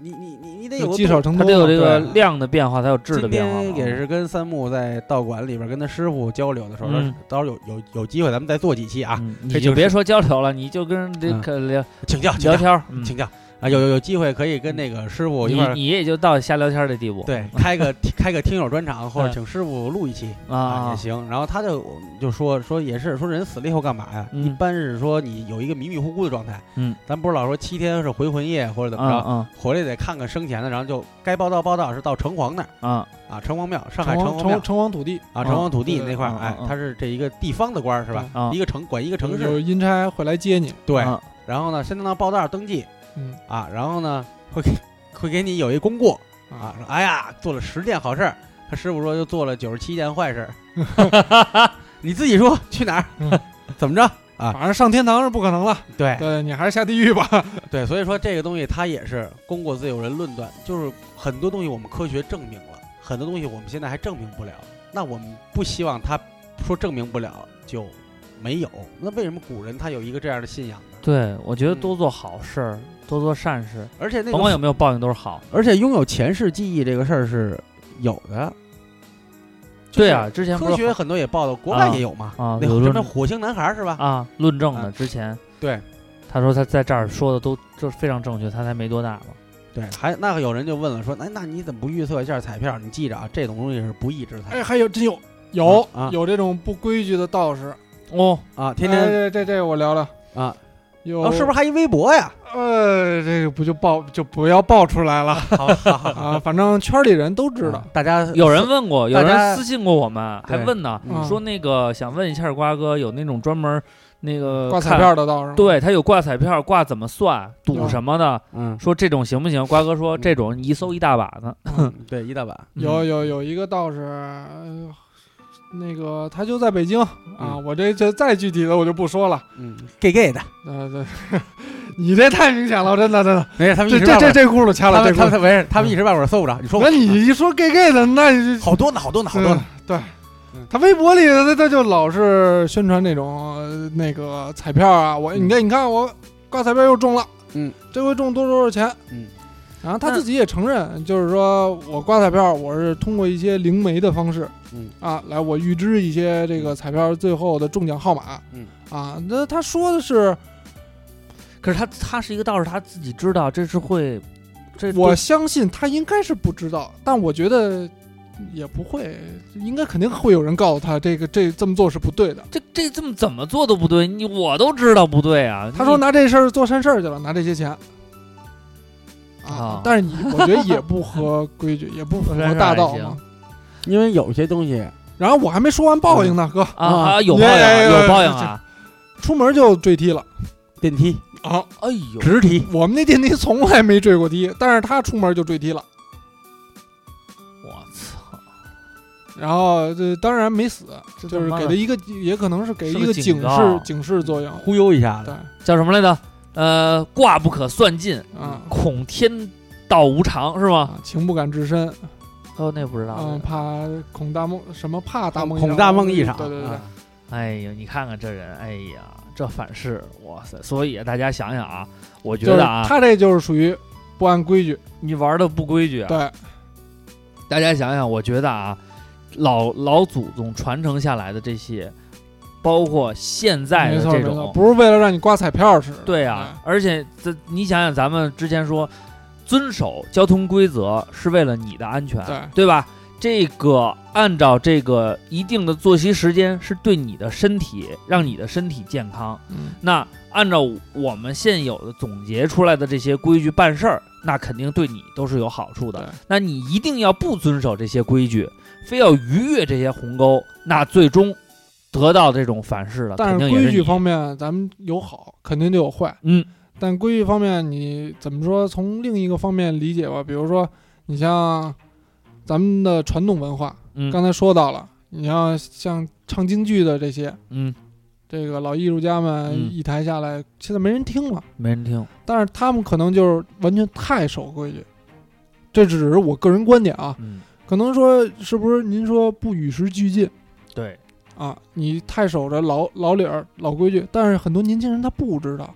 A: 你你你你得有
B: 就
A: 个
B: 积
A: 度
B: 少成
C: 它
B: 多
C: 得
B: 嘛，
C: 有这个
B: 对
C: 量的变化，才有质的
A: 今
C: 变化嘛。
A: 天也是跟三木在道馆里边跟他师傅交流的时候，
C: 嗯
A: 到时候有有有机会咱们再做几期啊，
C: 嗯，
A: 这
C: 你
A: 就
C: 就是别说交流了，你就跟这
A: 嗯
C: 个聊
A: 请教请
C: 聊
A: 教
C: 天儿，嗯嗯
A: 请教啊，有有有机会可以跟那个师傅一
C: 你
A: 块儿
C: 你也就到瞎聊天儿的地步。
A: 对开个开个听友专场，或者
C: 嗯
A: 请师傅录一期啊
C: 啊
A: 也，行。然后他就就说说也是说人死了以后干嘛呀？
C: 嗯
A: 一般是说你有一个迷迷糊糊的状态，
C: 嗯，
A: 咱不是老说七天是回魂夜或者怎么着，
C: 啊
A: 回来得看看生前的，然后就该报道报道是到城隍那儿
C: 啊啊
A: 啊，城隍庙，上海
B: 城
A: 城
B: 隍
A: 隍
B: 城
A: 庙
B: 隍。城隍土地
A: 啊，
C: 嗯
A: 城隍土地
B: 对
A: 那块儿，
C: 嗯嗯
A: 哎
C: 嗯，
A: 他是这一个地方的官儿是吧？
C: 啊
A: 一个城管一个城
B: 有
A: 市，
B: 阴差会来接你，
A: 对。
C: 啊
A: 然后呢，先到报道登记
B: 嗯
A: 啊，然后呢会给会给你有一功过啊，
C: 嗯
B: 啊
A: 说哎呀做了十件好事儿，他师傅说就做了九十七件坏 事，你自己说去哪儿
B: 嗯，
A: 怎么着啊？哎
B: 反正上天堂是不可能了，
A: 对
B: 对你还是下地狱吧。
A: 对，所以说这个东西它也是功过自有人论断，就是很多东西我们科学证明了，很多东西我们现在还证明不了。那我们不希望他说证明不了就没有，那为什么古人他有一个这样的信仰呢？
C: 对，我觉得
A: 嗯
C: 多做好事儿，多做善事，
A: 而且那
C: 甭管有
A: 个，
C: 没有报应都是好。
A: 而且拥有前世记忆这个事儿是有的。就是
C: 对啊，之前不
A: 科
C: 是
A: 学很多也报道，国外也有嘛。
C: 啊
A: 那
C: 有
A: 什
C: 论
A: 么火星男孩是吧？
C: 啊论证的，
A: 啊
C: 之前
A: 对
C: 他说他在这儿说的都这非常正确，他才没多大嘛。
A: 对，还那有人就问了说，哎那那你怎么不预测一下彩票？你记着啊，这种东西是不义之财
B: 哎，还有真有有、
A: 啊啊
B: 有这种不规矩的道士，
C: 哦，
A: 啊！天天
B: 哎、这哦这这我聊聊。
A: 啊，
B: 有、
A: 然后是不是还一微博呀？
B: 呃，这个不就爆就不要爆出来了
A: 好好好
B: 啊！反正圈里人都知道
A: 啊，大家
C: 有人问过，有
A: 大家
C: 人私信过我们，还
A: 对
C: 问呢，
A: 嗯
C: 说那个想问一下瓜哥，有那种专门那
A: 嗯
C: 个
B: 挂彩
C: 看，
B: 票的道士吗，
C: 对他有挂彩票，挂怎么算，赌
B: 嗯
C: 什么的，
A: 嗯，
C: 说这种行不行？瓜哥说
A: 嗯
C: 这种一搜一大把呢。
A: 对，一大把，
B: 有有有一个道士，呃那个他就在北京啊，
A: 嗯
B: 我这这再具体的我就不说了。
A: 嗯，gay gay 的，
B: 呃，对， 你这太明显了，真的真的，
A: 没事，他们一
B: 这
A: 时
B: 这
A: 半会
B: 这
A: 儿
B: 这轱辘掐
A: 他
B: 了，这
A: 们他
B: 轱辘
A: 们。没事，他们一时半会儿搜不着。你说我
B: 那你一说 gay gay 的，那你
A: 好多呢，好多呢，好多呢，
B: 对
A: 嗯。
B: 他微博里他他就老是宣传那种呃那个彩票啊，我你看你看我挂彩票又中了，
A: 嗯，
B: 这回中多少多少钱，
A: 嗯，
B: 然后他自己也承认，就是说我挂彩票我是通过一些灵媒的方式，
A: 嗯
B: 啊，来我预知一些这个彩票最后的中奖号码，
A: 嗯
B: 啊，那他说的是
C: 可是他他是一个道士，他自己知道这是会，这
B: 我相信他应该是不知道，但我觉得也不会，应该肯定会有人告诉他这个这这么做是不对的。
C: 这这这么怎么做都不对，你我都知道不对啊。
B: 他说
C: 你
B: 拿这事儿做善事儿去了，拿这些钱。啊
C: 啊，
B: 但是你我觉得也不合规矩，也不符
C: 做善
B: 合
C: 事儿
B: 大
C: 还
B: 道
C: 行
B: 嘛。嗯
A: 因为有些东西，
B: 然后我还没说完报应呢，哥，
C: 啊
A: 啊
C: 啊有
B: 哎
C: 报应啊
B: 哎哎
C: 有报应啊！
B: 出门就坠梯了。
A: 电梯、
B: 啊，
C: 哎呦，
A: 直梯，
B: 我们那电梯从来没坠过梯，但是他出门就坠梯了。
C: 我操！
B: 然后这当然没死，
C: 这
B: 就是
C: 他妈
B: 给
C: 的
B: 他一个，也可能是给
C: 是
B: 一
C: 个
B: 个
C: 警
B: 警
C: 告嗯
B: 示警示作用。
A: 忽悠一下
B: 对
A: 子，，
C: 叫什么来着？呃，卦不可算尽，
B: 啊
C: 恐天道无常是吗？
B: 啊，情不敢至深，
C: 哦，那不知道。
B: 嗯，怕恐大梦什么怕大梦
A: 恐大梦一场，
B: 对对对对
A: 啊，
C: 哎呦，你看看这人，哎呀，这反噬，哇塞！所以大家想想啊，我觉
B: 就是
C: 得啊，
B: 他这就是属于不按规矩，
C: 你玩的不规矩啊。
B: 对，
C: 大家想想，我觉得啊，老老祖宗传承下来的这些，包括现在
B: 没
C: 的
B: 错
C: 这
B: 没错，
C: 种，
B: 不是为了让你刮彩票似的，哎
C: 对
B: 嗯
C: 啊，而且这你想想，咱们之前说遵守交通规则是为了你的安全，
B: 对
C: 吧？这个按照这个一定的作息时间是对你的身体，让你的身体健康。
B: 嗯，
C: 那按照我们现有的总结出来的这些规矩办事儿，那肯定对你都是有好处
B: 对
C: 的。，那你一定要不遵守这些规矩，非要逾越这些鸿沟，那最终得到这种反噬的，肯
B: 但
C: 定
B: 是
C: 也
B: 规
C: 是
B: 矩
C: 你。
B: 方面咱们有好，肯定就有坏，
C: 嗯，
B: 但规矩方面你怎么说？从另一个方面理解吧，比如说你像咱们的传统文化，
C: 嗯
B: 刚才说到了，你要像唱京剧的这些。
C: 嗯，
B: 这个老艺术家们
C: 嗯
B: 一台下来，现在没人听了，
C: 没人听。
B: 但是他们可能就是完全太守规矩，这只是我个人观点啊。
C: 嗯，
B: 可能说是不是您说不与时俱进
C: 对，
B: 啊？你太守着老老理儿、老规矩，但是很多年轻人他不知道。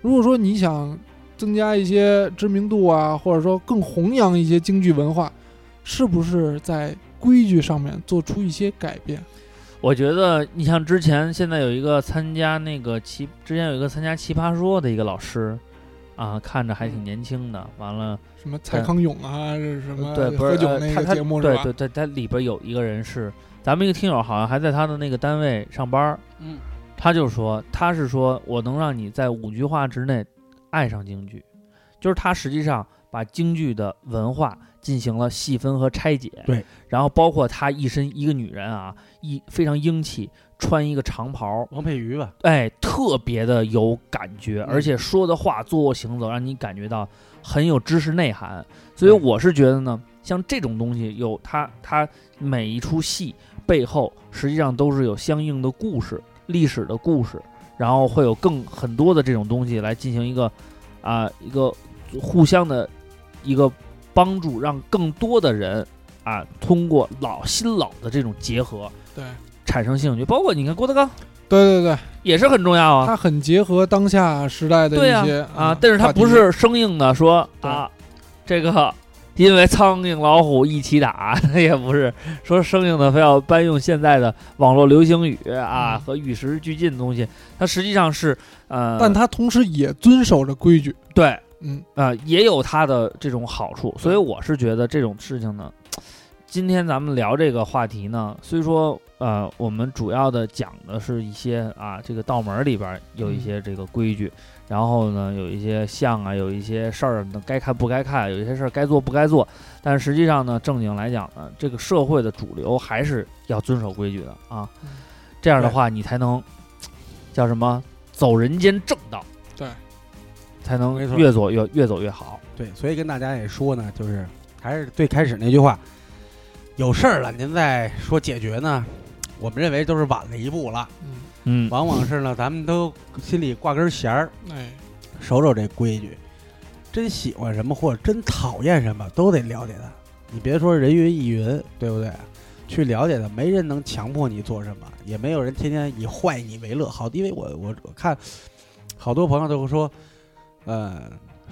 B: 如果说你想增加一些知名度啊，或者说更弘扬一些京剧文化，是不是在规矩上面做出一些改变？
C: 我觉得你像之前现在有一个参加那个奇，之前有一个参加奇葩说的一个老师，啊，看着还挺年轻的。完了，
B: 什么蔡康永啊，这是什么
C: 对，不
B: 何
C: 是
B: 炅
C: 呃
B: 那
C: 他
B: 个
C: 他
B: 节目是
C: 对
B: 吧？
C: 对对，他里边有一个人是咱们一个听友，好像还在他的那个单位上班儿。
A: 嗯，
C: 他就说，他是说我能让你在五句话之内爱上京剧，就是他实际上把京剧的文化进行了细分和拆解。
A: 对，
C: 然后包括她一身一个女人啊，一非常英气，穿一个长袍，
A: 王佩瑜吧，
C: 哎，特别的有感觉，
A: 嗯
C: 而且说的话、做行走，让你感觉到很有知识内涵。所以
A: 对
C: 我是觉得呢，像这种东西有它它每一出戏背后实际上都是有相应的故事、历史的故事，然后会有更很多的这种东西来进行一个啊、一个互相的一个帮助，让更多的人啊通过老新老的这种结合
B: 对
C: 产生兴趣，包括你看郭德纲
B: 对对对，
C: 也是很重要啊。
B: 它很结合当下时代的
C: 对呀
B: 一些
C: 啊，但是它不是生硬的说
B: 对
C: 啊，这个因为苍蝇老虎一起打， 也不是说生硬的非要搬用现在的网络流行语啊
B: 嗯
C: 和与时俱进的东西，它实际上是呃，
B: 但它同时也遵守着规矩。
C: 对
B: 嗯，
C: 啊、也有它的这种好处，所以我是觉得这种事情呢，今天咱们聊这个话题呢，虽说呃，我们主要的讲的是一些啊，这个道门儿里边儿有一些这个规矩，然后呢，有一些像啊，有一些事儿呢该看不该看，有一些事儿该做不该做，但实际上呢，正经来讲呢，这个社会的主流还是要遵守规矩的啊
B: 嗯，
C: 这样的话你才能叫什么走人间正道，
B: 对，
C: 才能
A: 没错
C: 越走越越走越好。
A: 对，所以跟大家也说呢，就是还是最开始那句话，有事儿了您再说解决呢，我们认为都是晚了一步了，
B: 嗯，
C: 嗯，
A: 往往是呢咱们都心里挂根弦儿，
B: 哎，
A: 守守这规矩，真喜欢什么或者真讨厌什么都得了解它，你别说人云亦云，对不对？去了解它，没人能强迫你做什么，也没有人天天以坏你为乐。好，因为我我我看好多朋友都会说，呃，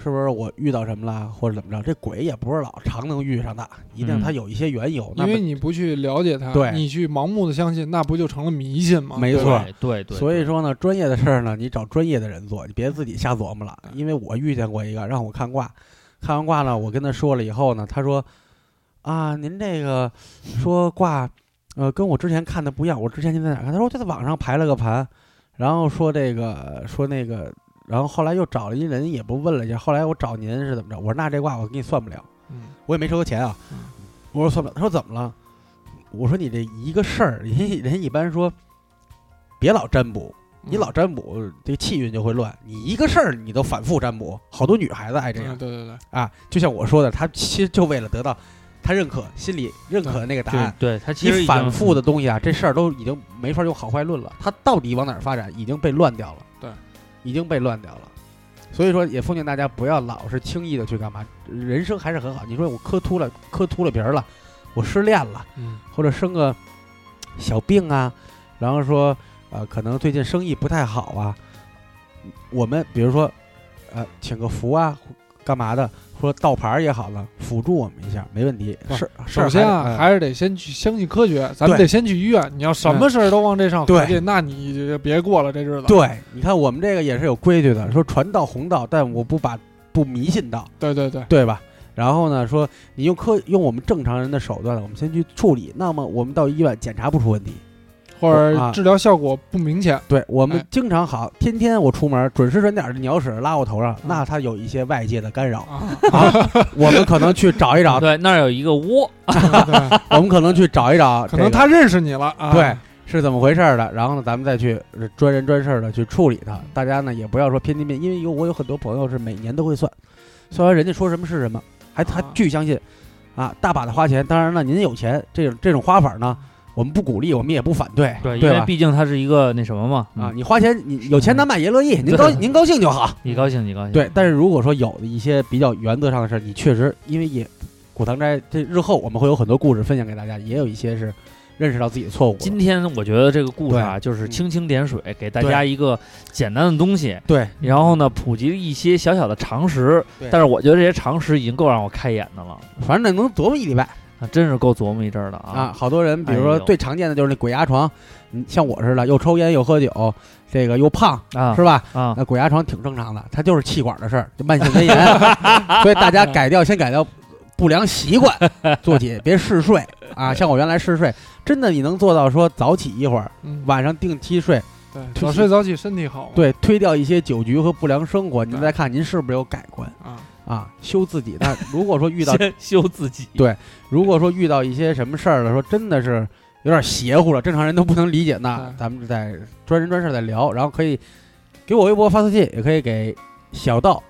A: 是不是我遇到什么了，或者怎么着？这鬼也不是老常能遇上的，一定
C: 嗯
A: 他有一些缘由。那
B: 因
A: 么
B: 为你不去了解它，
A: 对
B: 你去盲目的相信，那不就成了迷信吗？
A: 没
B: 对
A: 错
B: 吧
A: 对，
C: 对对，
A: 所以
C: 对
A: 说呢，专业的事儿呢，你找专业的人做，你别自己瞎琢磨
C: 嗯
A: 了。因为我遇见过一个让我看卦，看完卦呢，我跟他说了以后呢，他说：“啊，您这个说卦，呃，跟我之前看的不一样。我之前您在哪儿看？”他说：“我就在网上排了个盘，然后说这个说那个，然后后来又找了一人，也不问了一下。后来我找您是怎么着？我说那这卦我给你算不了。”
B: 嗯，
A: 我也没收他钱啊
B: 嗯。
A: 我说算不了，他说怎么了？我说你这一个事儿， 人人一般说，别老占卜，你
B: 嗯
A: 老占卜，这气运就会乱。你一个事儿你都反复占卜，好多女孩子爱这样
B: 嗯对对对，
A: 啊。就像我说的，她其实就为了得到她认可，心里认可的那个答案。
C: 对对，它其实
A: 你
C: 已
A: 反
C: 经嗯
A: 复的东西啊，这事儿都已经没法用好坏论了。它到底往哪儿发展，已经被乱掉了。
B: 对，
A: 已经被乱掉了。所以说，也奉劝大家不要老是轻易的去干嘛。人生还是很好。你说我磕秃了，磕秃了皮儿了，我失恋了，
B: 嗯，
A: 或者生个小病啊，然后说呃，可能最近生意不太好啊。我们比如说呃，请个福啊，干嘛的，说道牌儿也好了，辅助我们一下，没问题。
B: 不
A: 是，事儿
B: 首先
A: 还是
B: 啊，
A: 嗯
B: 还是得先去相信科学，咱们
A: 对嗯
B: 得先去医院。你要什么事儿都往这上
A: 对
B: 合计，那你就别过了这日子。
A: 对，你看我们这个也是有规矩的，说传道弘道，但我不把不迷信道，
B: 对对对，
A: 对吧？然后呢，说你用科用我们正常人的手段，我们先去处理，那么我们到医院检查不出问题。
B: 或
A: 啊
B: 者治疗效果不明显，
A: 对我们
B: 哎
A: 经常好，天天我出门准时准点儿的鸟屎拉我头上，
B: 嗯，
A: 那它有一些外界的干扰
B: 啊，
A: 我们可能去找一 找，
C: 对那儿有一个窝，
B: 对，
A: 我们可能去找一找，
B: 可能他认识你了啊。
A: 对，是怎么回事儿的，然后呢，咱们再去呃专人专事儿的去处理
B: 嗯
A: 它。大家呢也不要说偏听偏，因为有我有很多朋友是每年都会算，算完人家说什么是什么，还还
B: 啊
A: 巨相信，啊，大把的花钱。当然了，您有钱这种这种花法呢，我们不鼓励，我们也不反对，对
C: 因为
A: 吧？
C: 毕竟它是一个那什么嘛
A: 啊，，你花钱，你有
B: 嗯
A: 钱难买爷乐意， 您高
C: 对
A: 您高兴就好。
C: 你高兴你高兴，
A: 对，但是如果说有的一些比较原则上的事儿，你确实因为也古堂斋这日后我们会有很多故事分享给大家，也有一些是认识到自己的错误了。
C: 今天我觉得这个故事啊，
A: 嗯
C: 就是蜻蜓点水，给大家一个简单的东西，
A: 对，
C: 然后呢，普及了一些小小的常识
A: 对。
C: 但是我觉得这些常识已经够让我开眼的了，
A: 反正能琢磨一礼拜。
C: 啊，真是够琢磨一阵儿的
A: 啊，
C: 啊。
A: 好多人，比如
C: 哎
A: 说
C: 呦
A: 最常见的就是那鬼压床，嗯，像我似的，又抽烟又喝酒，这个又胖，
C: 啊
A: 是吧？
C: 啊，
A: 那鬼压床挺正常的，它就是气管的事儿，就慢性咽 炎，所以大家改掉，先改掉不良习惯，做起别嗜睡啊。像我原来嗜睡，真的你能做到说早起一会儿，
B: 嗯，
A: 晚上定期睡，
B: 对，
A: 推
B: 早
A: 起
B: 睡早起身体好嘛。
A: 对，推掉一些酒局和不良生活，您再看您是不是有改观
B: 啊，
A: 啊？修自己。那如果说 遇到
C: 先修自己，
A: 对如果说遇到一些什么事儿了，说真的是有点邪乎了，正常人都不能理解，那
C: 嗯
B: 对
A: 咱们再专人专事儿再聊。然后可以给我微博发私信，也可以给小道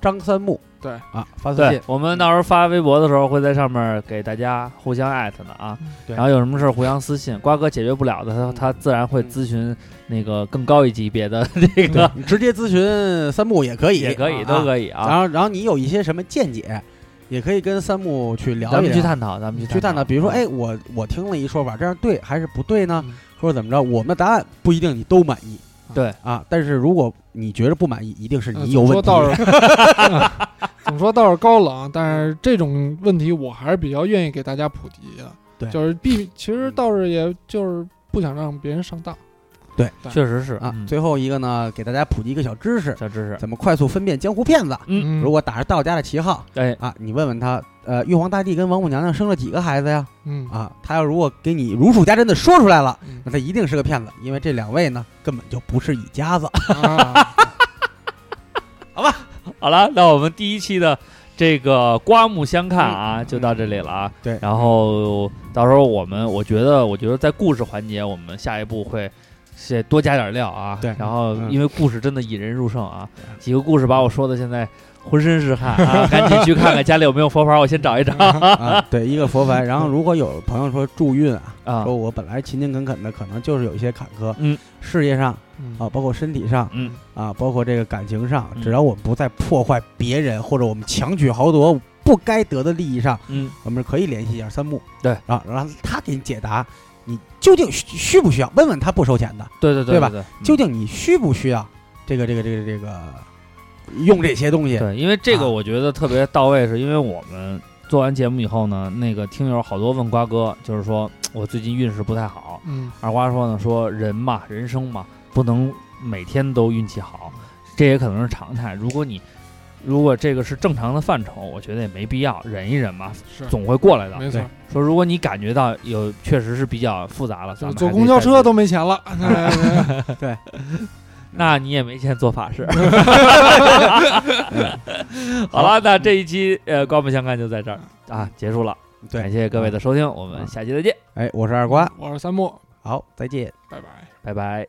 A: 张三木，
B: 对
A: 啊，发私
C: 对
A: 信，，
C: 我们到时候发微博的时候会在上面给大家互相艾特的啊
B: 嗯，
A: 对
C: 然后有什么事儿互相私信，瓜哥解决不了的，他他自然会咨询那个更高一级别的 这个，
A: 你直接咨询三木也可以，
C: 也可以，
A: 啊
C: 都可以
A: 然
C: 啊，
A: 后，然后你有一些什么见解，也可以跟三木去聊一聊，
C: 咱们去探讨，咱们
A: 去探
C: 讨，
A: 讨。比如说，哎，我我听了一说法，这样对还是不对呢？
B: 嗯
A: 或者怎么着？我们的答案不一定你都满意，
C: 对嗯
A: 啊，但是如果你觉得不满意，一定是
B: 呃
A: 你有
B: 总
A: 问
B: 说
A: 题。啊
B: 倒是， 总说倒是高冷，但是这种问题我还是比较愿意给大家普及的。
A: 对嗯
B: 就是避，其实倒是也就是不想让别人上当。
C: 确实是
A: 啊，
C: 嗯
A: 最后一个呢，给大家普及一个小知识，
C: 小知识，
A: 怎么快速分辨江湖骗子。
C: 嗯
A: 如果打着道家的旗号
C: 哎，
A: 啊，你问问他，呃，玉皇大帝跟王母娘娘生了几个孩子呀？
B: 嗯
A: 啊，他要如果给你如数家珍的说出来了，
B: 嗯
A: 那他一定是个骗子，因为这两位呢根本就不是一家 子。
B: 啊，
C: 好了，那我们第一期的这个刮目相看啊，就到这里了啊。
A: 嗯对
C: 然后到时候我们，我觉得，我觉得在故事环节，我们下一步会是多加点料啊。
A: 对
C: 然后
A: 嗯
C: 因为故事真的引人入胜啊，几个故事把我说的现在浑身是汗 啊，赶紧去看看家里有没有佛牌，我先找一找
A: 啊，对，一个佛牌。然后如果有朋友说助运啊，
C: 啊。
A: 说我本来勤勤恳恳的，可能就是有一些坎坷，
C: 嗯，
A: 事业上
B: 嗯
A: 啊，包括身体上
C: 嗯，
A: 啊，包括这个感情上，
C: 嗯
A: 只要我们不在破坏别人或者我们强取豪夺不该得的利益上，
C: 嗯，
A: 我们可以联系一下三木，
C: 对
A: 啊，让他给你解答，你究竟需需不需要？问问他不收钱的，
C: 对对
A: 对吧
C: 对，
A: 究
C: 嗯
A: 竟你需不需要这个这个这个这个用这些东西？
C: 对，因为这
A: 啊
C: 个我觉得特别到位，是因为我们做完节目以后呢，那个听友好多问瓜哥，就是说我最近运势不太好，
B: 嗯
C: 二瓜说呢，说人嘛，人生嘛，不能每天都运气好，这也可能是常态。如果你如果这个是正常的范畴，我觉得也没必要忍一忍嘛，
B: 是，
C: 总会过来的。
B: 没错
A: 对，
C: 说如果你感觉到有确实是比较复杂了，咱
B: 就
C: 们
B: 坐
C: 还
B: 公
C: 得
B: 交
C: 再
B: 车，都 没钱了。哎
C: 那你也没钱做 法事。好了，那这一期呃刮目相看就在这儿啊结束了，感
A: 对，
C: 谢
B: 嗯
C: 各位的收听，我们下期再见，
A: 哎，我是二瓜，
B: 我是三木，
A: 好，再见。
B: 拜拜。
C: 拜拜。